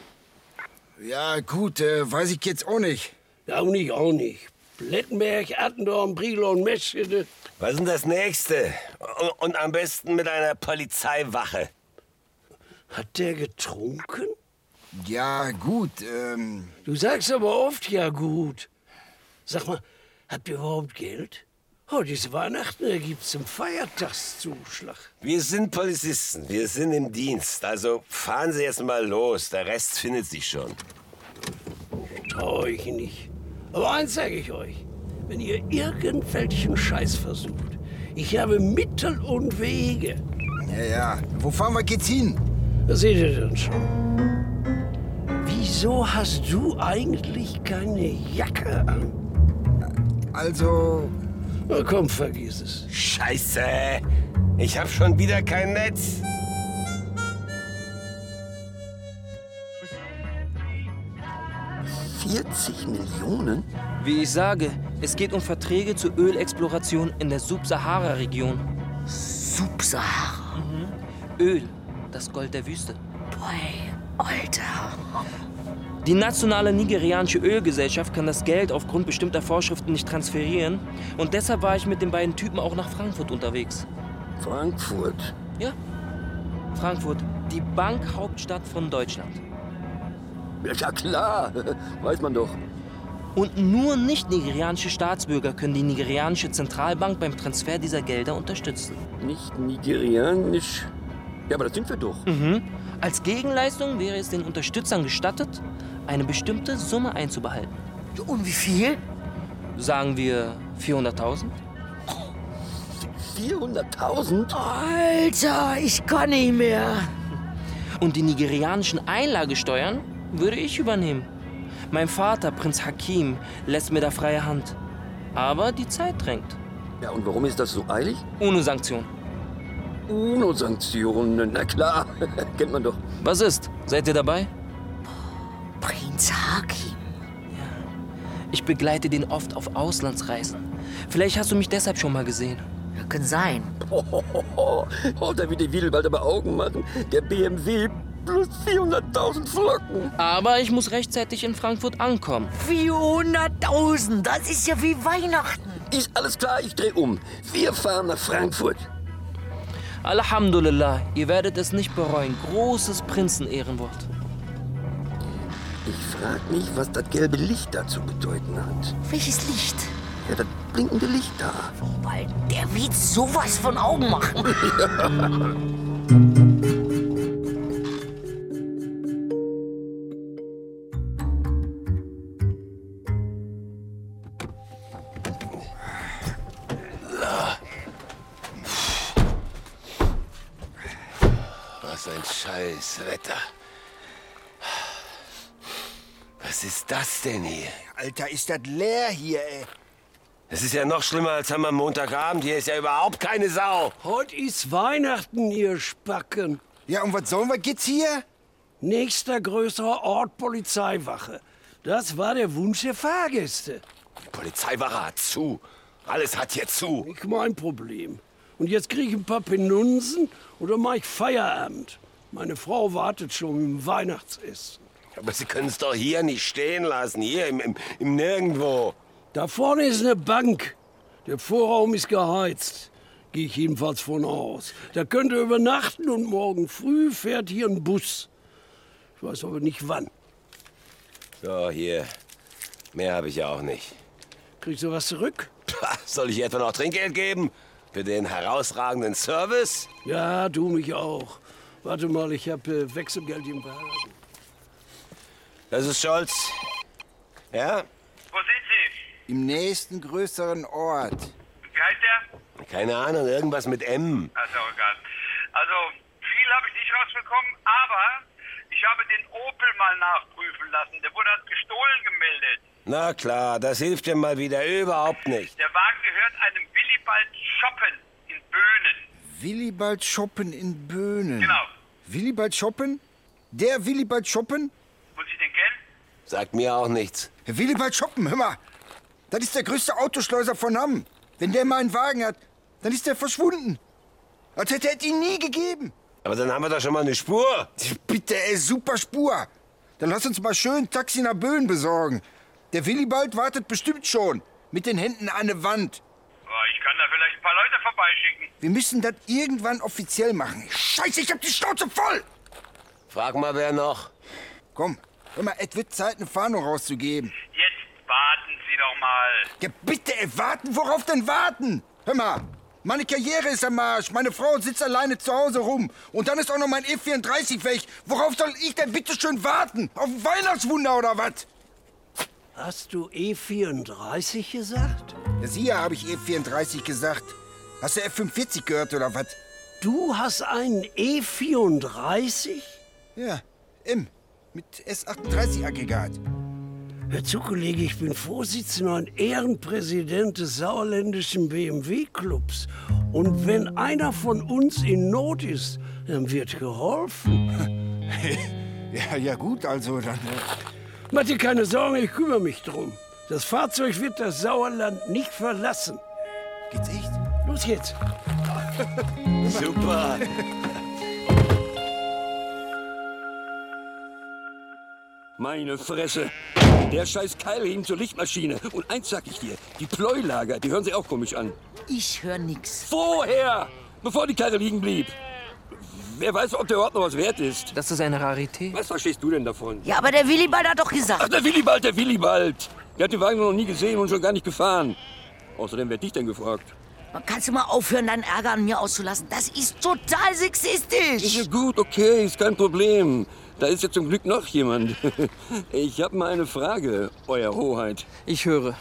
S3: Ja, gut, äh, weiß ich jetzt auch nicht.
S13: Ja, auch nicht, auch nicht. Lettenberg, Attendorn, Brilon, Meschede.
S5: Was ist denn das Nächste? Und, und am besten mit einer Polizeiwache.
S13: Hat der getrunken?
S3: Ja, gut, ähm.
S13: Du sagst aber oft ja gut. Sag mal, habt ihr überhaupt Geld? Oh, diese Weihnachten, da gibt's einen Feiertagszuschlag.
S5: Wir sind Polizisten, wir sind im Dienst. Also fahren Sie jetzt mal los, der Rest findet sich schon.
S13: Trau euch nicht. Aber eins sage ich euch. Wenn ihr irgendwelchen Scheiß versucht, ich habe Mittel und Wege.
S3: Ja, ja. Wo fahren wir jetzt hin?
S13: Das seht ihr dann schon. Wieso hast du eigentlich keine Jacke an?
S3: Also.
S13: Na komm, vergiss es.
S5: Scheiße! Ich hab schon wieder kein Netz.
S8: Millionen? Wie ich sage, es geht um Verträge zur Ölexploration in der Subsahara-Region. Subsahara? Mhm. Öl, das Gold der Wüste.
S11: Boy, Alter.
S8: Die nationale nigerianische Ölgesellschaft kann das Geld aufgrund bestimmter Vorschriften nicht transferieren und deshalb war ich mit den beiden Typen auch nach Frankfurt unterwegs.
S10: Frankfurt.
S8: Ja, Frankfurt, die Bankhauptstadt von Deutschland.
S10: Ja klar, [laughs] weiß man doch.
S8: Und nur nicht-nigerianische Staatsbürger können die nigerianische Zentralbank beim Transfer dieser Gelder unterstützen.
S10: Nicht nigerianisch. Ja, aber das sind wir doch.
S8: Mhm. Als Gegenleistung wäre es den Unterstützern gestattet, eine bestimmte Summe einzubehalten.
S11: Und wie viel?
S8: Sagen wir 400.000?
S10: 400.000?
S11: Alter, ich kann nicht mehr.
S8: Und die nigerianischen Einlagesteuern würde ich übernehmen. Mein Vater, Prinz Hakim, lässt mir da freie Hand. Aber die Zeit drängt.
S10: Ja, und warum ist das so eilig?
S8: Ohne Sanktion.
S10: UNO-Sanktionen, na klar, [laughs] kennt man doch.
S8: Was ist? Seid ihr dabei?
S11: Prinz Haki.
S8: Ich begleite den oft auf Auslandsreisen. Vielleicht hast du mich deshalb schon mal gesehen.
S11: Kann sein.
S10: Oh,
S8: [laughs]
S10: oh, oh, oh, da wird die Wiedelwald aber Augen machen. Der BMW plus 400.000 Flocken.
S8: Aber ich muss rechtzeitig in Frankfurt ankommen.
S11: 400.000, das ist ja wie Weihnachten.
S10: Ist alles klar, ich dreh um. Wir fahren nach Frankfurt.
S8: Alhamdulillah, ihr werdet es nicht bereuen. Großes Prinzenehrenwort.
S10: Ich frag mich, was das gelbe Licht da zu bedeuten hat. Ah.
S11: Welches Licht?
S10: Ja, das blinkende Licht da.
S11: Weil der wird sowas von Augen machen.
S10: [laughs]
S5: Ah. Was ein scheiß Wetter. Was ist das denn hier?
S3: Alter, ist das leer hier, ey.
S5: Es ist ja noch schlimmer als am Montagabend. Hier ist ja überhaupt keine Sau.
S13: Heute ist Weihnachten, ihr Spacken.
S3: Ja, und was sollen wir jetzt hier?
S13: Nächster größerer Ort Polizeiwache. Das war der Wunsch der Fahrgäste.
S5: Die Polizeiwache hat zu. Alles hat hier zu.
S13: Nicht mein Problem. Und jetzt kriege ich ein paar Penunsen oder mache ich Feierabend. Meine Frau wartet schon im Weihnachtsessen.
S5: Aber Sie können es doch hier nicht stehen lassen. Hier im, im, im Nirgendwo.
S13: Da vorne ist eine Bank. Der Vorraum ist geheizt. Gehe ich jedenfalls von aus. Da könnt ihr übernachten und morgen früh fährt hier ein Bus. Ich weiß aber nicht wann.
S5: So, hier. Mehr habe ich ja auch nicht.
S13: Kriegst du was zurück?
S5: Pah, Soll ich ihr etwa noch Trinkgeld geben? Für den herausragenden Service?
S13: Ja, du mich auch. Warte mal, ich habe äh, Wechselgeld im Wagen.
S5: Das ist Scholz. Ja?
S4: Wo sind Sie?
S3: Im nächsten größeren Ort.
S4: Wie heißt der?
S5: Keine Ahnung, irgendwas mit M.
S4: Das ist auch egal. oh Also, viel habe ich nicht rausbekommen, aber ich habe den Opel mal nachprüfen lassen. Der wurde als gestohlen gemeldet.
S5: Na klar, das hilft dir mal wieder überhaupt nicht.
S4: Der Wagen gehört einem Willibald Schoppen in Böhnen.
S3: Willibald Schoppen in Böhnen.
S4: Genau.
S3: Willibald Schoppen? Der Willibald Schoppen?
S4: Muss ich den kennen?
S5: Sagt mir auch nichts.
S3: Willibald Schoppen, hör mal. Das ist der größte Autoschleuser von Hamm. Wenn der mal einen Wagen hat, dann ist der verschwunden. Als hätte er ihn nie gegeben.
S5: Aber dann haben wir doch schon mal eine Spur.
S3: Bitte, ey, super Spur. Dann lass uns mal schön Taxi nach Böhn besorgen. Der Willibald wartet bestimmt schon. Mit den Händen an der Wand.
S4: Boah, Oh, ich kann da vielleicht ein paar Leute vorbeischicken.
S3: Wir müssen das irgendwann offiziell machen. Scheiße, ich hab die Schnauze voll!
S5: Frag mal, wer noch.
S3: Komm, hör mal, es wird Zeit, eine Fahndung rauszugeben.
S4: Jetzt warten Sie doch mal.
S3: Ja, bitte, ey, warten, worauf denn warten? Hör mal, meine Karriere ist am Arsch, meine Frau sitzt alleine zu Hause rum. Und dann ist auch noch mein E34 weg. Worauf soll ich denn bitte schön warten? Auf ein Weihnachtswunder oder was?
S13: Hast du E34 gesagt?
S3: Ja, siehe, habe ich E34 gesagt. Hast du F45 gehört oder was?
S13: Du hast einen E E34?
S3: Ja, M. Mit S38-Aggregat.
S13: Herr zu, Kollege, ich bin Vorsitzender und Ehrenpräsident des Sauerländischen BMW-Clubs. Und wenn einer von uns in Not ist, dann wird geholfen.
S3: [laughs] ja, ja gut, also dann... äh,
S13: Mach dir keine Sorgen, ich kümmere mich drum. Das Fahrzeug wird das Sauerland nicht verlassen.
S3: Geht's echt?
S13: Los jetzt.
S5: Super.
S10: Meine Fresse. Der scheiß Keil hing zur Lichtmaschine. Und eins sag ich dir, die Pleulager, die hören sich auch komisch an.
S11: Ich höre nix.
S10: Vorher, bevor die Karre liegen blieb. Wer weiß, ob der überhaupt noch was wert ist.
S8: Das ist eine Rarität.
S10: Was verstehst du denn davon?
S11: Ja, aber der Willibald hat doch
S10: Ach,
S11: gesagt.
S10: der Willibald, der Willibald. Der hat den Wagen noch nie gesehen und schon gar nicht gefahren. Außerdem werd ich denn gefragt.
S11: Kannst du mal aufhören, deinen Ärger an mir auszulassen? Das ist total
S10: Ist
S11: sexistisch.
S10: ja gut, okay, ist kein Problem. Da ist ja zum Glück noch jemand. [laughs] Ich habe mal eine Frage, Euer Hoheit.
S8: Ich höre.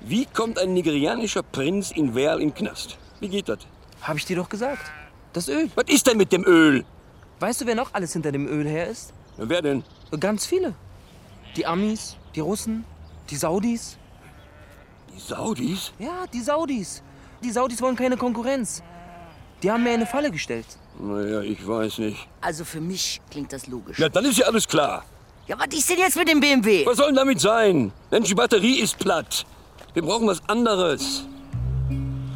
S10: Wie kommt ein nigerianischer Prinz in Werl in Knast? Wie geht das?
S8: Hab ich dir doch gesagt. Das Öl.
S10: Was ist denn mit dem Öl?
S8: Weißt du, wer noch alles hinter dem Öl her ist?
S10: Na, Wer denn?
S8: Ganz viele. Die Amis, die Russen, die Saudis.
S10: Die Saudis?
S8: Ja, die Saudis. Die Saudis wollen keine Konkurrenz. Die haben mir eine Falle gestellt.
S10: Naja, ich weiß nicht.
S11: Also für mich klingt das logisch.
S10: Ja, dann ist ja alles klar.
S11: Ja, was ist denn jetzt mit dem BMW?
S10: Was soll denn damit sein? Mensch, die Batterie ist platt. Wir brauchen was anderes.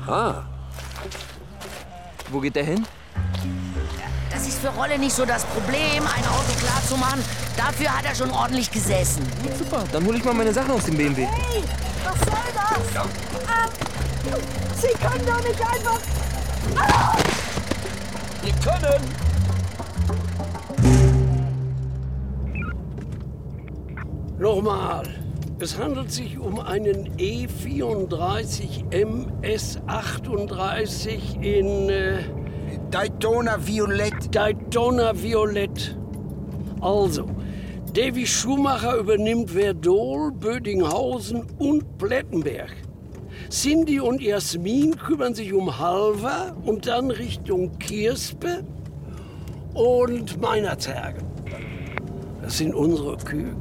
S10: Ah,
S8: Wo geht der hin?
S11: Das ist für Rolle nicht so das Problem, ein Auto klar zu machen. Dafür hat er schon ordentlich gesessen.
S8: Super, dann hole ich mal meine Sachen aus dem BMW.
S9: Was soll das? Ab! Sie können doch nicht einfach... Ah!
S10: wir können.
S13: Nochmal. Es handelt sich um einen E34 MS38 in äh,
S3: Daytona Violett.
S13: Daytona Violett. Also, Davy Schumacher übernimmt Werdohl, Bödinghausen und Plettenberg. Cindy und Jasmin kümmern sich um Halver und dann Richtung Kirspe und Meinerzerge. Das sind unsere Küken.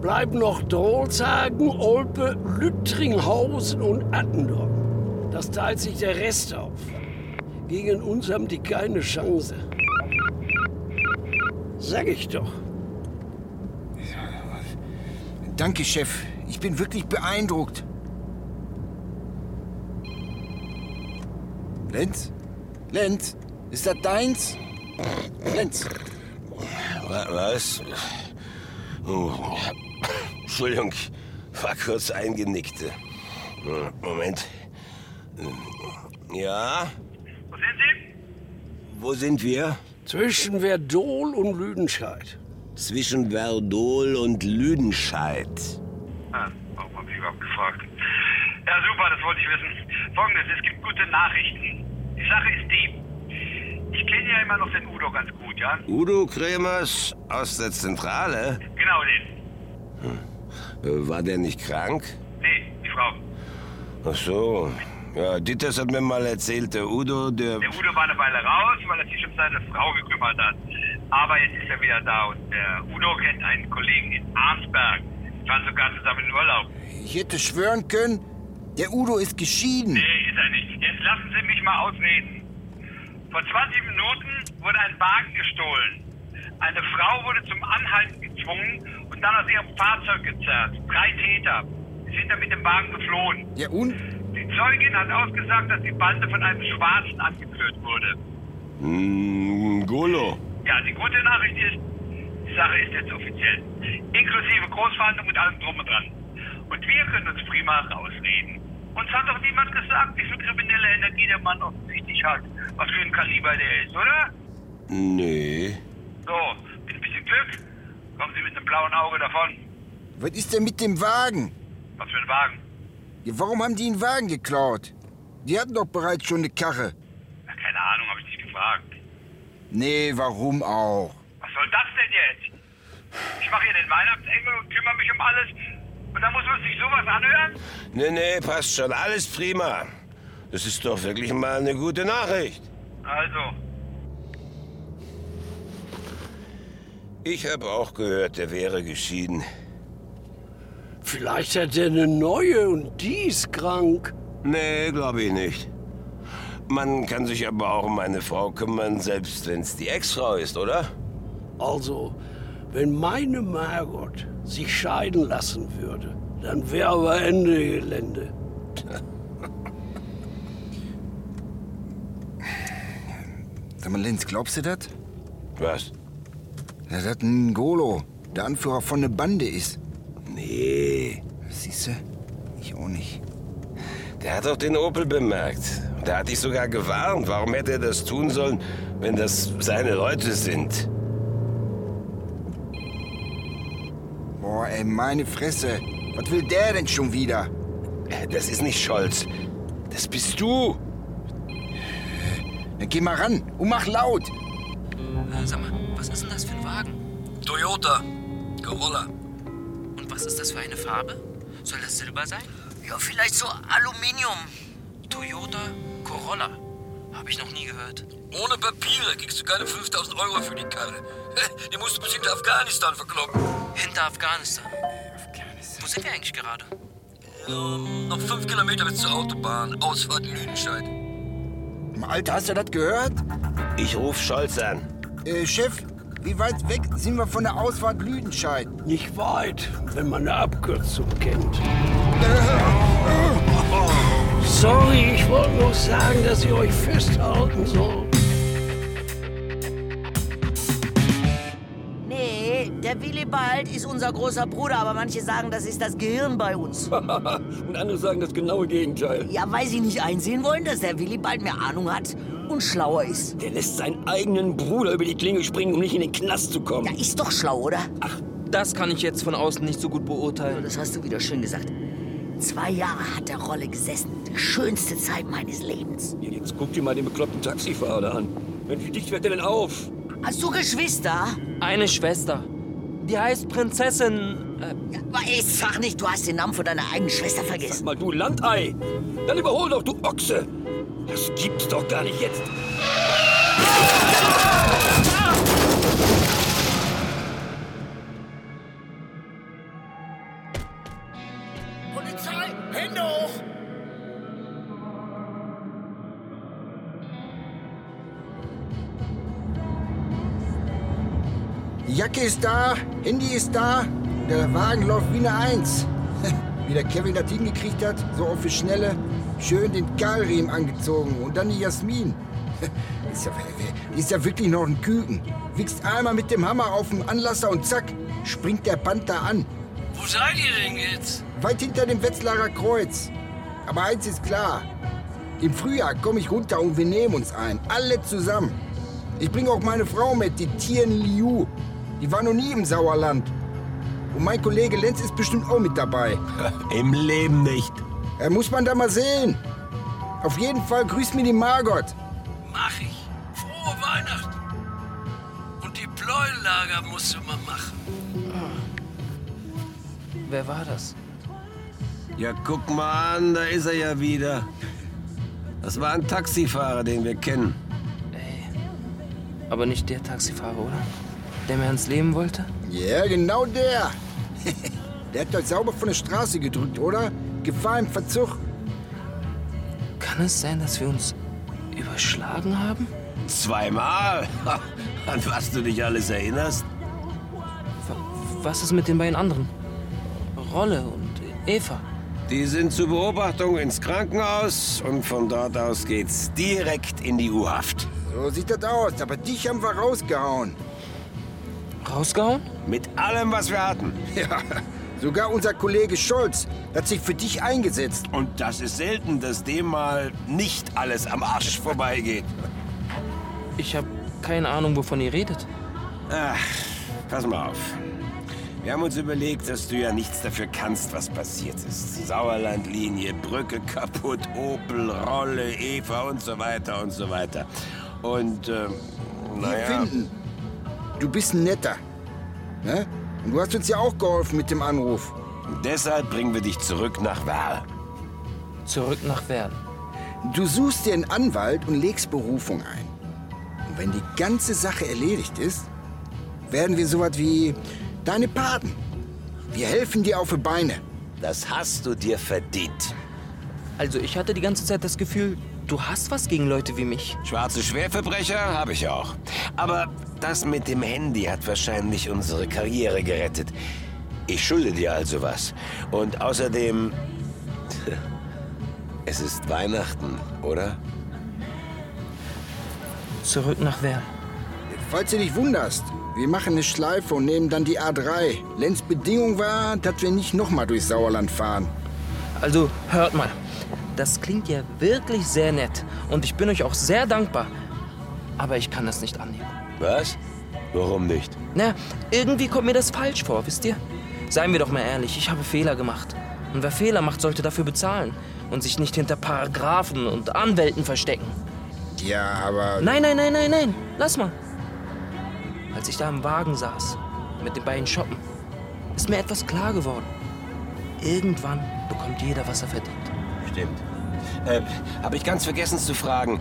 S13: Bleiben noch Drolshagen, Olpe, Lüttringhausen und Attendorf. Das teilt sich der Rest auf. Gegen uns haben die keine Chance. Sag ich doch.
S3: Danke, Chef. Ich bin wirklich beeindruckt. Lenz? Lenz? Ist das deins? Lenz?
S5: Wa- Was? Oh. Entschuldigung, war kurz eingenickt. Moment. Ja?
S4: Wo sind Sie?
S5: Wo sind wir?
S13: Zwischen Werdohl und Lüdenscheid.
S5: Zwischen Verdol und Lüdenscheid.
S4: Ah, warum haben Sie überhaupt gefragt? Ja, super, das wollte ich wissen. Folgendes, es gibt gute Nachrichten. Die Sache ist die. Ich kenne ja immer noch den Udo ganz gut, ja?
S5: Udo Kremers aus der Zentrale?
S4: Genau den.
S5: Äh, War der nicht krank?
S4: Nee, die Frau.
S5: Ach so. Ja, Dittes hat mir mal erzählt, der Udo, der...
S4: Der Udo war eine Weile raus, weil er sich um seine Frau gekümmert hat. Aber jetzt ist er wieder da und der Udo kennt einen Kollegen in Arnsberg. Die waren sogar zusammen in Urlaub.
S3: Ich hätte schwören können, der Udo ist geschieden.
S4: Nee, ist er nicht. Jetzt lassen Sie mich mal ausreden. Vor 20 Minuten wurde ein Wagen gestohlen. Eine Frau wurde zum Anhalten gezwungen und dann aus ihrem Fahrzeug gezerrt. Drei Täter sind dann mit dem Wagen geflohen.
S3: Ja und?
S4: Die Zeugin hat ausgesagt, dass die Bande von einem Schwarzen angeführt wurde.
S5: Mm, Golo.
S4: Ja, die gute Nachricht ist, die Sache ist jetzt offiziell. Inklusive Großverhandlung mit allem drum und dran. Und wir können uns prima rausreden. Uns hat doch niemand gesagt, wie viel kriminelle Energie der Mann offensichtlich hat, was für ein Kaliber der ist, oder?
S5: Nee.
S4: So, mit ein bisschen Glück kommen Sie mit einem blauen Auge davon.
S3: Was ist denn mit dem Wagen?
S4: Was für ein Wagen?
S3: Ja, warum haben die einen Wagen geklaut? Die hatten doch bereits schon eine Karre.
S4: Na, keine Ahnung, habe ich nicht gefragt.
S3: Nee, warum auch?
S4: Was soll das denn jetzt? Ich mache hier den Weihnachtsengel und kümmere mich um alles. Und dann muss man sich sowas anhören?
S5: Nee, nee, passt schon. Alles prima. Das ist doch wirklich mal eine gute Nachricht.
S4: Also,
S5: Ich habe auch gehört, der wäre geschieden.
S13: Vielleicht hat er eine neue und die ist krank.
S5: Nee, glaube ich nicht. Man kann sich aber auch um eine Frau kümmern, selbst wenn es die Ex-Frau ist, oder?
S13: Also, wenn meine Margot sich scheiden lassen würde, dann wäre aber Ende Gelände.
S3: Sag mal, Lenz, glaubst du das?
S5: Was?
S3: Dass das ein Golo, der Anführer von einer Bande ist.
S5: Nee.
S3: Siehst du? Ich auch nicht.
S5: Der hat doch den Opel bemerkt. Der hat dich sogar gewarnt. Warum hätte er das tun sollen, wenn das seine Leute sind?
S3: Boah, ey, meine Fresse. Was will der denn schon wieder?
S5: Äh, Das ist nicht Scholz. Das bist du.
S3: Dann geh mal ran und mach laut.
S8: Äh, Sag mal, was ist denn das für ein Wagen?
S10: Toyota, Corolla.
S8: Und was ist das für eine Farbe? Soll das Silber sein?
S11: Ja, vielleicht so Aluminium.
S8: Toyota Corolla. Habe ich noch nie gehört.
S10: Ohne Papiere kriegst du keine 5000 Euro für die Karre. Die musst du bis hinter Afghanistan verkloppen.
S8: Hinter Afghanistan. Wo sind wir eigentlich gerade?
S10: Ähm, noch fünf Kilometer bis zur Autobahn. Ausfahrt Lüdenscheid.
S3: Alter, hast du das gehört?
S5: Ich ruf Scholz an.
S3: Äh, Chef, wie weit weg sind wir von der Ausfahrt Lüdenscheid?
S13: Nicht weit, wenn man eine Abkürzung kennt. Sorry, ich wollte nur sagen, dass ihr euch festhalten sollt.
S11: Nee, der Willibald ist unser großer Bruder, aber manche sagen, das ist das Gehirn bei uns.
S10: Und andere sagen das genaue Gegenteil.
S11: Ja, weil sie nicht einsehen wollen, dass der Willibald mehr Ahnung hat und schlauer ist.
S10: Der lässt seinen eigenen Bruder über die Klinge springen, um nicht in den Knast zu kommen.
S11: Ja, ist doch schlau, oder? Ach,
S8: Das kann ich jetzt von außen nicht so gut beurteilen.
S11: das hast du wieder schön gesagt. Zwei Jahre hat der Rolle gesessen. Die schönste Zeit meines Lebens.
S10: [laughs] Jetzt guck dir mal den bekloppten Taxifahrer an. Mensch, wie dicht wird der denn auf?
S11: Hast du Geschwister?
S8: Eine Schwester. Die heißt Prinzessin. Äh,
S11: Ja, aber ich sag nicht, du hast den Namen von deiner eigenen Schwester
S10: Sag
S11: vergessen.
S10: mal, du Landei! Dann überhol doch, du Ochse! Das gibt's doch gar nicht jetzt!
S9: Polizei, Hände hoch!
S3: Die Jacke ist da, Handy ist da, der Wagen läuft wie eine Eins. [laughs] Wie der Kevin das hingekriegt hat, so auf die Schnelle, schön den Keilriemen angezogen und dann die Jasmin. [laughs] Ist ja, ist ja wirklich noch ein Küken. Wichst einmal mit dem Hammer auf den Anlasser und zack, springt der Panther an.
S13: Wo seid ihr denn jetzt?
S3: Weit hinter dem Wetzlarer Kreuz. Aber eins ist klar. Im Frühjahr komme ich runter und wir nehmen uns ein. Alle zusammen. Ich bringe auch meine Frau mit, die Tieren Liu. Die war noch nie im Sauerland. Und mein Kollege Lenz ist bestimmt auch mit dabei.
S5: [laughs] Im Leben nicht.
S3: Äh, muss man da mal sehen. Auf jeden Fall grüßt mir die Margot.
S13: Mach ich. Frohe Weihnachten. Und die Bläulager musst du mal machen.
S8: Wer war das?
S5: Ja, guck mal an, da ist er ja wieder. Das war ein Taxifahrer, den wir kennen.
S8: Aber nicht der Taxifahrer, oder? Der mir ans Leben wollte?
S3: Ja, genau der. [laughs] der hat euch sauber von der Straße gedrückt, oder? Gefahr im Verzug.
S8: Kann es sein, dass wir uns überschlagen haben?
S5: Zweimal? [laughs] Ha, An was du dich alles erinnerst?
S8: Was ist mit den beiden anderen? Rolle und Eva.
S5: Die sind zur Beobachtung ins Krankenhaus und von dort aus geht's direkt in die U-Haft.
S3: So sieht das aus, aber dich haben wir rausgehauen.
S8: Rausgehauen?
S5: Mit allem, was wir hatten.
S3: [laughs] Ja, sogar unser Kollege Scholz hat sich für dich eingesetzt.
S5: Und das ist selten, dass dem mal nicht alles am Arsch vorbeigeht.
S8: Ich habe keine Ahnung, wovon ihr redet.
S5: Ach, pass mal auf. Wir haben uns überlegt, dass du ja nichts dafür kannst, was passiert ist. Sauerlandlinie, Brücke kaputt, Opel, Rolle, Eva und so weiter und so weiter. Und, ähm,
S3: Wir
S5: naja.
S3: finden, du bist ein Netter. Ne? Und du hast uns ja auch geholfen mit dem Anruf.
S5: Deshalb bringen wir dich zurück nach Werl.
S8: Zurück nach Werl.
S3: Du suchst dir einen Anwalt und legst Berufung ein. Und wenn die ganze Sache erledigt ist, werden wir sowas wie deine Paten. Wir helfen dir auf die Beine.
S5: Das hast du dir verdient.
S8: Also, ich hatte die ganze Zeit das Gefühl, du hast was gegen Leute wie mich.
S5: Schwarze Schwerverbrecher habe ich auch. Aber das mit dem Handy hat wahrscheinlich unsere Karriere gerettet. Ich schulde dir also was. Und außerdem. [laughs] Es ist Weihnachten, oder?
S8: Zurück nach Werl.
S3: Falls du dich wunderst, wir machen eine Schleife und nehmen dann die A3. Lenz Bedingung war, dass wir nicht nochmal durchs Sauerland fahren.
S8: Also, hört mal. Das klingt ja wirklich sehr nett. Und ich bin euch auch sehr dankbar. Aber ich kann das nicht annehmen.
S5: Was? Warum nicht?
S8: Na, irgendwie kommt mir das falsch vor, wisst ihr? Seien wir doch mal ehrlich, ich habe Fehler gemacht. Und wer Fehler macht, sollte dafür bezahlen. Und sich nicht hinter Paragraphen und Anwälten verstecken.
S3: Ja, aber.
S8: Nein, nein, nein, nein, nein. Lass mal. Als ich da im Wagen saß, mit den beiden Shoppen, ist mir etwas klar geworden. Irgendwann bekommt jeder, was er verdient.
S5: Stimmt. Äh, habe ich ganz vergessen zu fragen.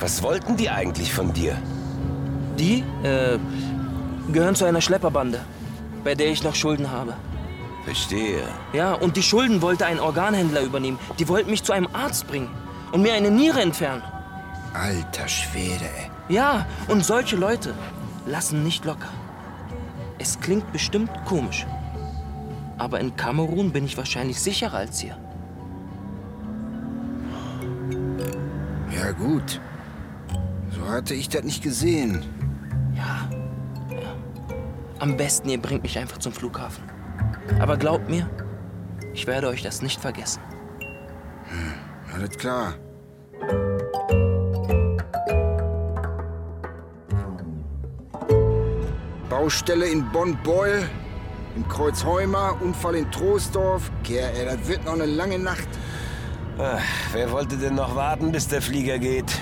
S5: Was wollten die eigentlich von dir?
S8: Die äh, gehören zu einer Schlepperbande, bei der ich noch Schulden habe.
S5: Verstehe.
S8: Ja, und die Schulden wollte ein Organhändler übernehmen. Die wollten mich zu einem Arzt bringen und mir eine Niere entfernen.
S3: Alter Schwede, ey.
S8: Ja, und solche Leute lassen nicht locker. Es klingt bestimmt komisch. Aber in Kamerun bin ich wahrscheinlich sicherer als hier.
S3: Ja, gut. So hatte ich das nicht gesehen.
S8: Ja. ja. Am besten, ihr bringt mich einfach zum Flughafen. Aber glaubt mir, ich werde euch das nicht vergessen.
S3: Hm, Alles klar. Baustelle in Bonn-Beul, im Kreuz Heumer, Unfall in Troisdorf. Kerl, ey, das wird noch eine lange Nacht.
S5: Ach, wer wollte denn noch warten, bis der Flieger geht?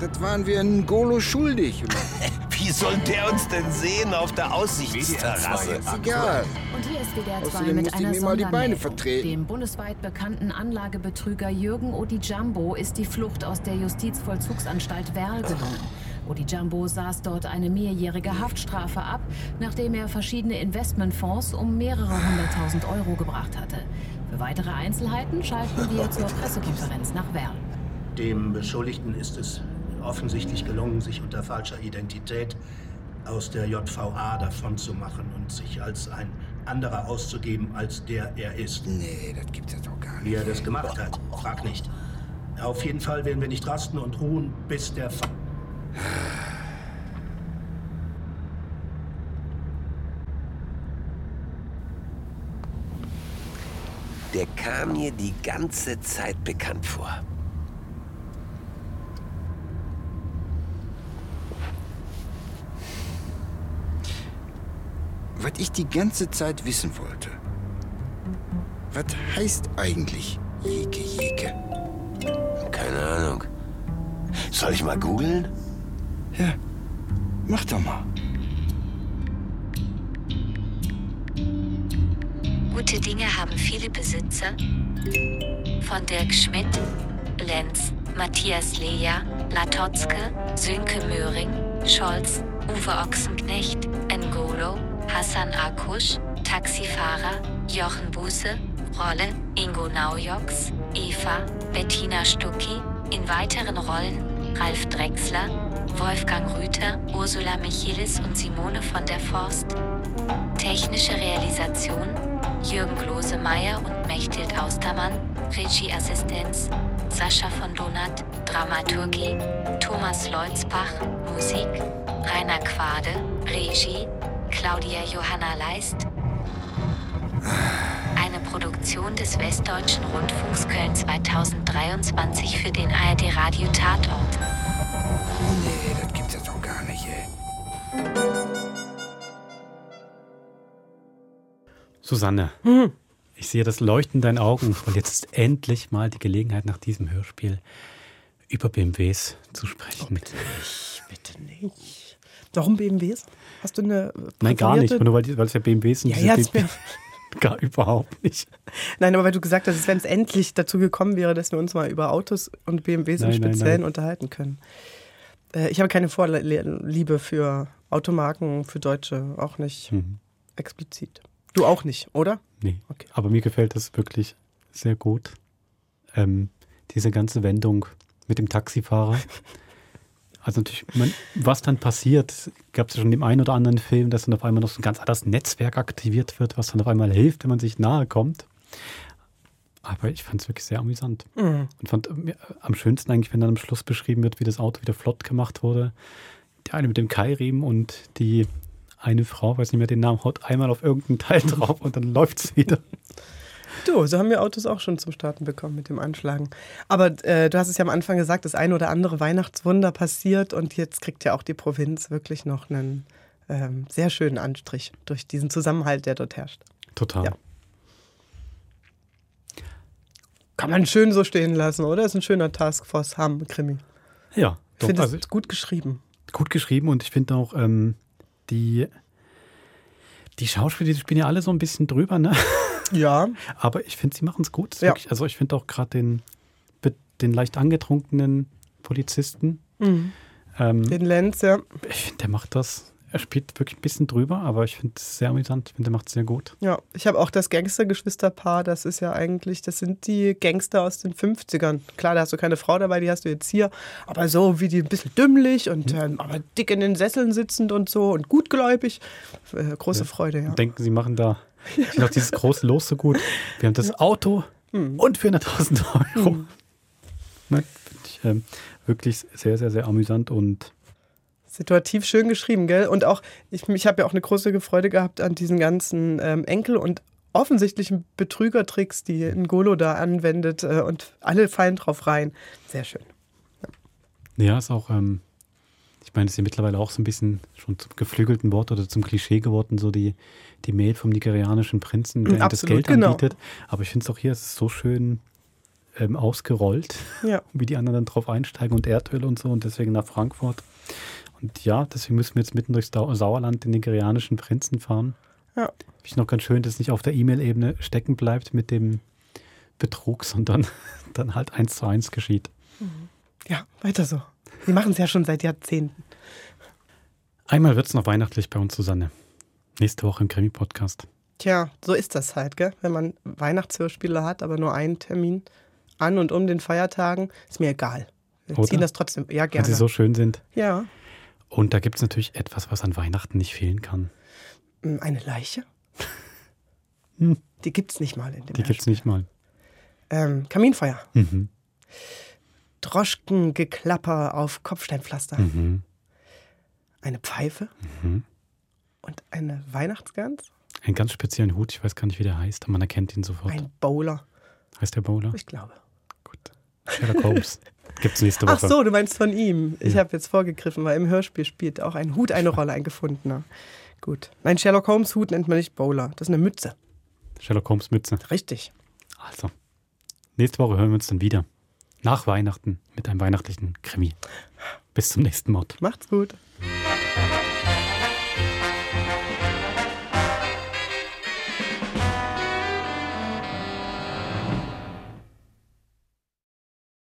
S3: Das waren wir in Golo schuldig.
S5: [laughs] Wie soll der uns denn sehen auf der Aussichtsterrasse?
S3: Ist egal.
S14: Und hier ist WDR 2
S3: Außerdem
S14: mit
S3: musst du
S14: einer
S3: mir mal die Beine
S14: Sondermeldung.
S3: vertreten.
S14: Dem bundesweit bekannten Anlagebetrüger Jürgen Odijambo ist die Flucht aus der Justizvollzugsanstalt Werl gelungen. Odijambo saß dort eine mehrjährige Haftstrafe ab, nachdem er verschiedene Investmentfonds um mehrere hunderttausend Euro gebracht hatte. Für weitere Einzelheiten schalten wir zur Pressekonferenz nach Werl.
S7: Dem Beschuldigten ist es offensichtlich gelungen, sich unter falscher Identität aus der JVA davonzumachen und sich als ein anderer auszugeben, als der er ist.
S3: Nee, das gibt's ja doch gar nicht.
S7: Wie er das gemacht hat, frag nicht. Auf jeden Fall werden wir nicht rasten und ruhen, bis der
S3: [sighs]
S7: Fall.
S5: Der kam mir die ganze Zeit bekannt vor.
S3: Was ich die ganze Zeit wissen wollte. Was heißt eigentlich Jeke Jeke?
S5: Keine Ahnung. Soll ich mal googeln?
S3: Ja, mach doch mal.
S15: Gute Dinge haben viele Besitzer. Von Dirk Schmidt, Lenz Matthias Leja, Latotzke, Sönke Möhring, Scholz, Uwe Ochsenknecht, N'Golo, Hassan Akush, Taxifahrer, Jochen Buße, Rolle, Ingo Naujoks, Eva, Bettina Stucki, in weiteren Rollen Ralf Drechsler, Wolfgang Rüther, Ursula Michelis und Simone von der Forst. Technische Realisation Jürgen Klosemeyer und Mechthild Austermann, Regieassistenz Sascha von Donat, Dramaturgie Thomas Leutzbach, Musik Rainer Quade, Regie Claudia Johanna Leist. Eine Produktion des Westdeutschen Rundfunks Köln 2023 für den ARD Radio Tatort.
S3: Nee, das gibt's ja doch gar nicht, ey.
S1: Susanne, ich sehe das Leuchten in deinen Augen, weil jetzt ist endlich mal die Gelegenheit, nach diesem Hörspiel über BMWs zu sprechen. bitte nicht,
S2: bitte nicht. Warum BMWs? Hast du eine.
S1: Nein, gar nicht,
S2: präferierte-
S1: nur weil, die- weil es ja BMWs sind.
S2: Ja,
S1: diese
S2: ja, ist
S1: B-
S2: mir-
S1: Gar überhaupt [laughs] nicht.
S2: Nein, aber weil du gesagt hast, wenn es endlich dazu gekommen wäre, dass wir uns mal über Autos und BMWs im
S1: Nein, nein,
S2: Speziellen
S1: nein.
S2: unterhalten können. Äh, ich habe keine Vorliebe für Automarken, für Deutsche, auch nicht
S1: Mhm.
S2: explizit. Du auch nicht, oder?
S1: Nee. Aber mir gefällt das wirklich sehr gut. Ähm, diese ganze Wendung mit dem Taxifahrer. Also natürlich, man, was dann passiert, gab es ja schon in dem einen oder anderen Film, dass dann auf einmal noch so ein ganz anderes Netzwerk aktiviert wird, was dann auf einmal hilft, wenn man sich nahe kommt. Aber ich fand es wirklich sehr amüsant.
S2: Mhm.
S1: Und fand ähm, ja, am schönsten eigentlich, wenn dann am Schluss beschrieben wird, wie das Auto wieder flott gemacht wurde. Der eine mit dem Keilriemen und die eine Frau, weiß nicht mehr den Namen, haut einmal auf irgendeinen Teil [laughs] drauf und dann läuft es wieder.
S2: Du, so haben wir Autos auch schon zum Starten bekommen mit dem Anschlagen. Aber äh, du hast es ja am Anfang gesagt, das ein oder andere Weihnachtswunder passiert und jetzt kriegt ja auch die Provinz wirklich noch einen ähm, sehr schönen Anstrich durch diesen Zusammenhalt, der dort herrscht.
S1: Total.
S2: Kann man schön so stehen lassen, oder? Ist ein schöner Taskforce Ham-Krimi.
S1: Ja,
S2: Ich
S1: doch,
S2: finde
S1: also
S2: es gut geschrieben.
S1: gut geschrieben und ich finde auch ähm, die, die Schauspieler, die spielen ja alle so ein bisschen drüber, ne?
S2: [laughs] Ja.
S1: Aber ich finde, sie machen es gut.
S2: Ja.
S1: Wirklich. Also ich finde auch gerade den, den leicht angetrunkenen Polizisten.
S2: Mhm.
S1: Ähm,
S2: Den Lenz, ja.
S1: ich finde, der macht das. Er spielt wirklich ein bisschen drüber, aber ich finde es sehr amüsant. Ich finde, der macht es sehr gut.
S2: Ja, ich habe auch das Gangstergeschwisterpaar, das ist ja eigentlich, das sind die Gangster aus den 50ern. Klar, da hast du keine Frau dabei, die hast du jetzt hier, aber so wie die ein bisschen dümmlich
S1: Mhm.
S2: und ähm, aber dick in den Sesseln sitzend und so und gutgläubig. Äh, große Freude, ja.
S1: Und denken, sie machen
S2: [laughs]
S1: da ich finde auch dieses große Los so gut. Wir haben das Auto
S2: Hm.
S1: und 400.000 Euro. Ne? Finde ich ähm, wirklich sehr, sehr, sehr amüsant und
S2: Situativ schön geschrieben, gell? Und auch, ich, ich habe ja auch eine große Freude gehabt an diesen ganzen ähm, Enkel- und offensichtlichen Betrügertricks, die Ngolo da anwendet äh, und alle fallen drauf rein. Sehr schön.
S1: Ja, ist auch, ähm, ich meine, es ist ja mittlerweile auch so ein bisschen schon zum geflügelten Wort oder zum Klischee geworden, so die, die Mail vom nigerianischen Prinzen, der ihm das
S2: Absolut,
S1: Geld
S2: genau.
S1: anbietet. Aber ich finde es auch hier, es ist so schön ähm, ausgerollt,
S2: Ja.
S1: [laughs] wie die anderen dann drauf einsteigen und Erdöl und so und deswegen nach Frankfurt. Und ja, deswegen müssen wir jetzt mitten durchs Dau- Sauerland den nigerianischen Prinzen fahren.
S2: Ja.
S1: Finde ich noch ganz schön, dass es nicht auf der E-Mail-Ebene stecken bleibt mit dem Betrug, sondern [laughs] dann halt eins zu eins geschieht.
S2: Ja, weiter so. Sie machen es ja schon seit Jahrzehnten.
S1: Einmal wird es noch weihnachtlich bei uns, Susanne. Nächste Woche im Krimi-Podcast.
S2: Tja, so ist das halt, gell? Wenn man Weihnachtshörspiele hat, aber nur einen Termin an und um den Feiertagen, ist mir egal. Wir
S1: Oder?
S2: ziehen das trotzdem, ja,
S1: Weil
S2: gerne.
S1: sie so schön sind.
S2: Ja.
S1: Und da gibt es natürlich etwas, was an Weihnachten nicht fehlen kann.
S2: Hm, Eine Leiche?
S1: Hm.
S2: Die gibt's nicht mal in dem
S1: Die gibt es nicht mal.
S2: ähm, Kaminfeuer.
S1: Mhm.
S2: Droschkengeklapper auf Kopfsteinpflaster.
S1: Mhm.
S2: Eine Pfeife
S1: Mhm.
S2: und eine Weihnachtsgans.
S1: Einen ganz speziellen Hut, ich weiß gar nicht, wie der heißt, aber man erkennt ihn sofort.
S2: Ein Bowler,
S1: heißt der Bowler?
S2: ich glaube.
S1: Sherlock
S2: [laughs]
S1: Holmes. Gibt es nächste Woche.
S2: Ach so, du meinst von ihm. Ich habe jetzt vorgegriffen, weil im Hörspiel spielt auch ein Hut eine Rolle, ein gefundener. Gut. Nein, Sherlock Holmes Hut nennt man nicht Bowler. Das ist eine Mütze.
S1: Sherlock Holmes Mütze.
S2: Richtig.
S1: Also, nächste Woche hören wir uns dann wieder. Nach Weihnachten mit einem weihnachtlichen Krimi. Bis zum nächsten Mal.
S2: Macht's gut.
S9: Thank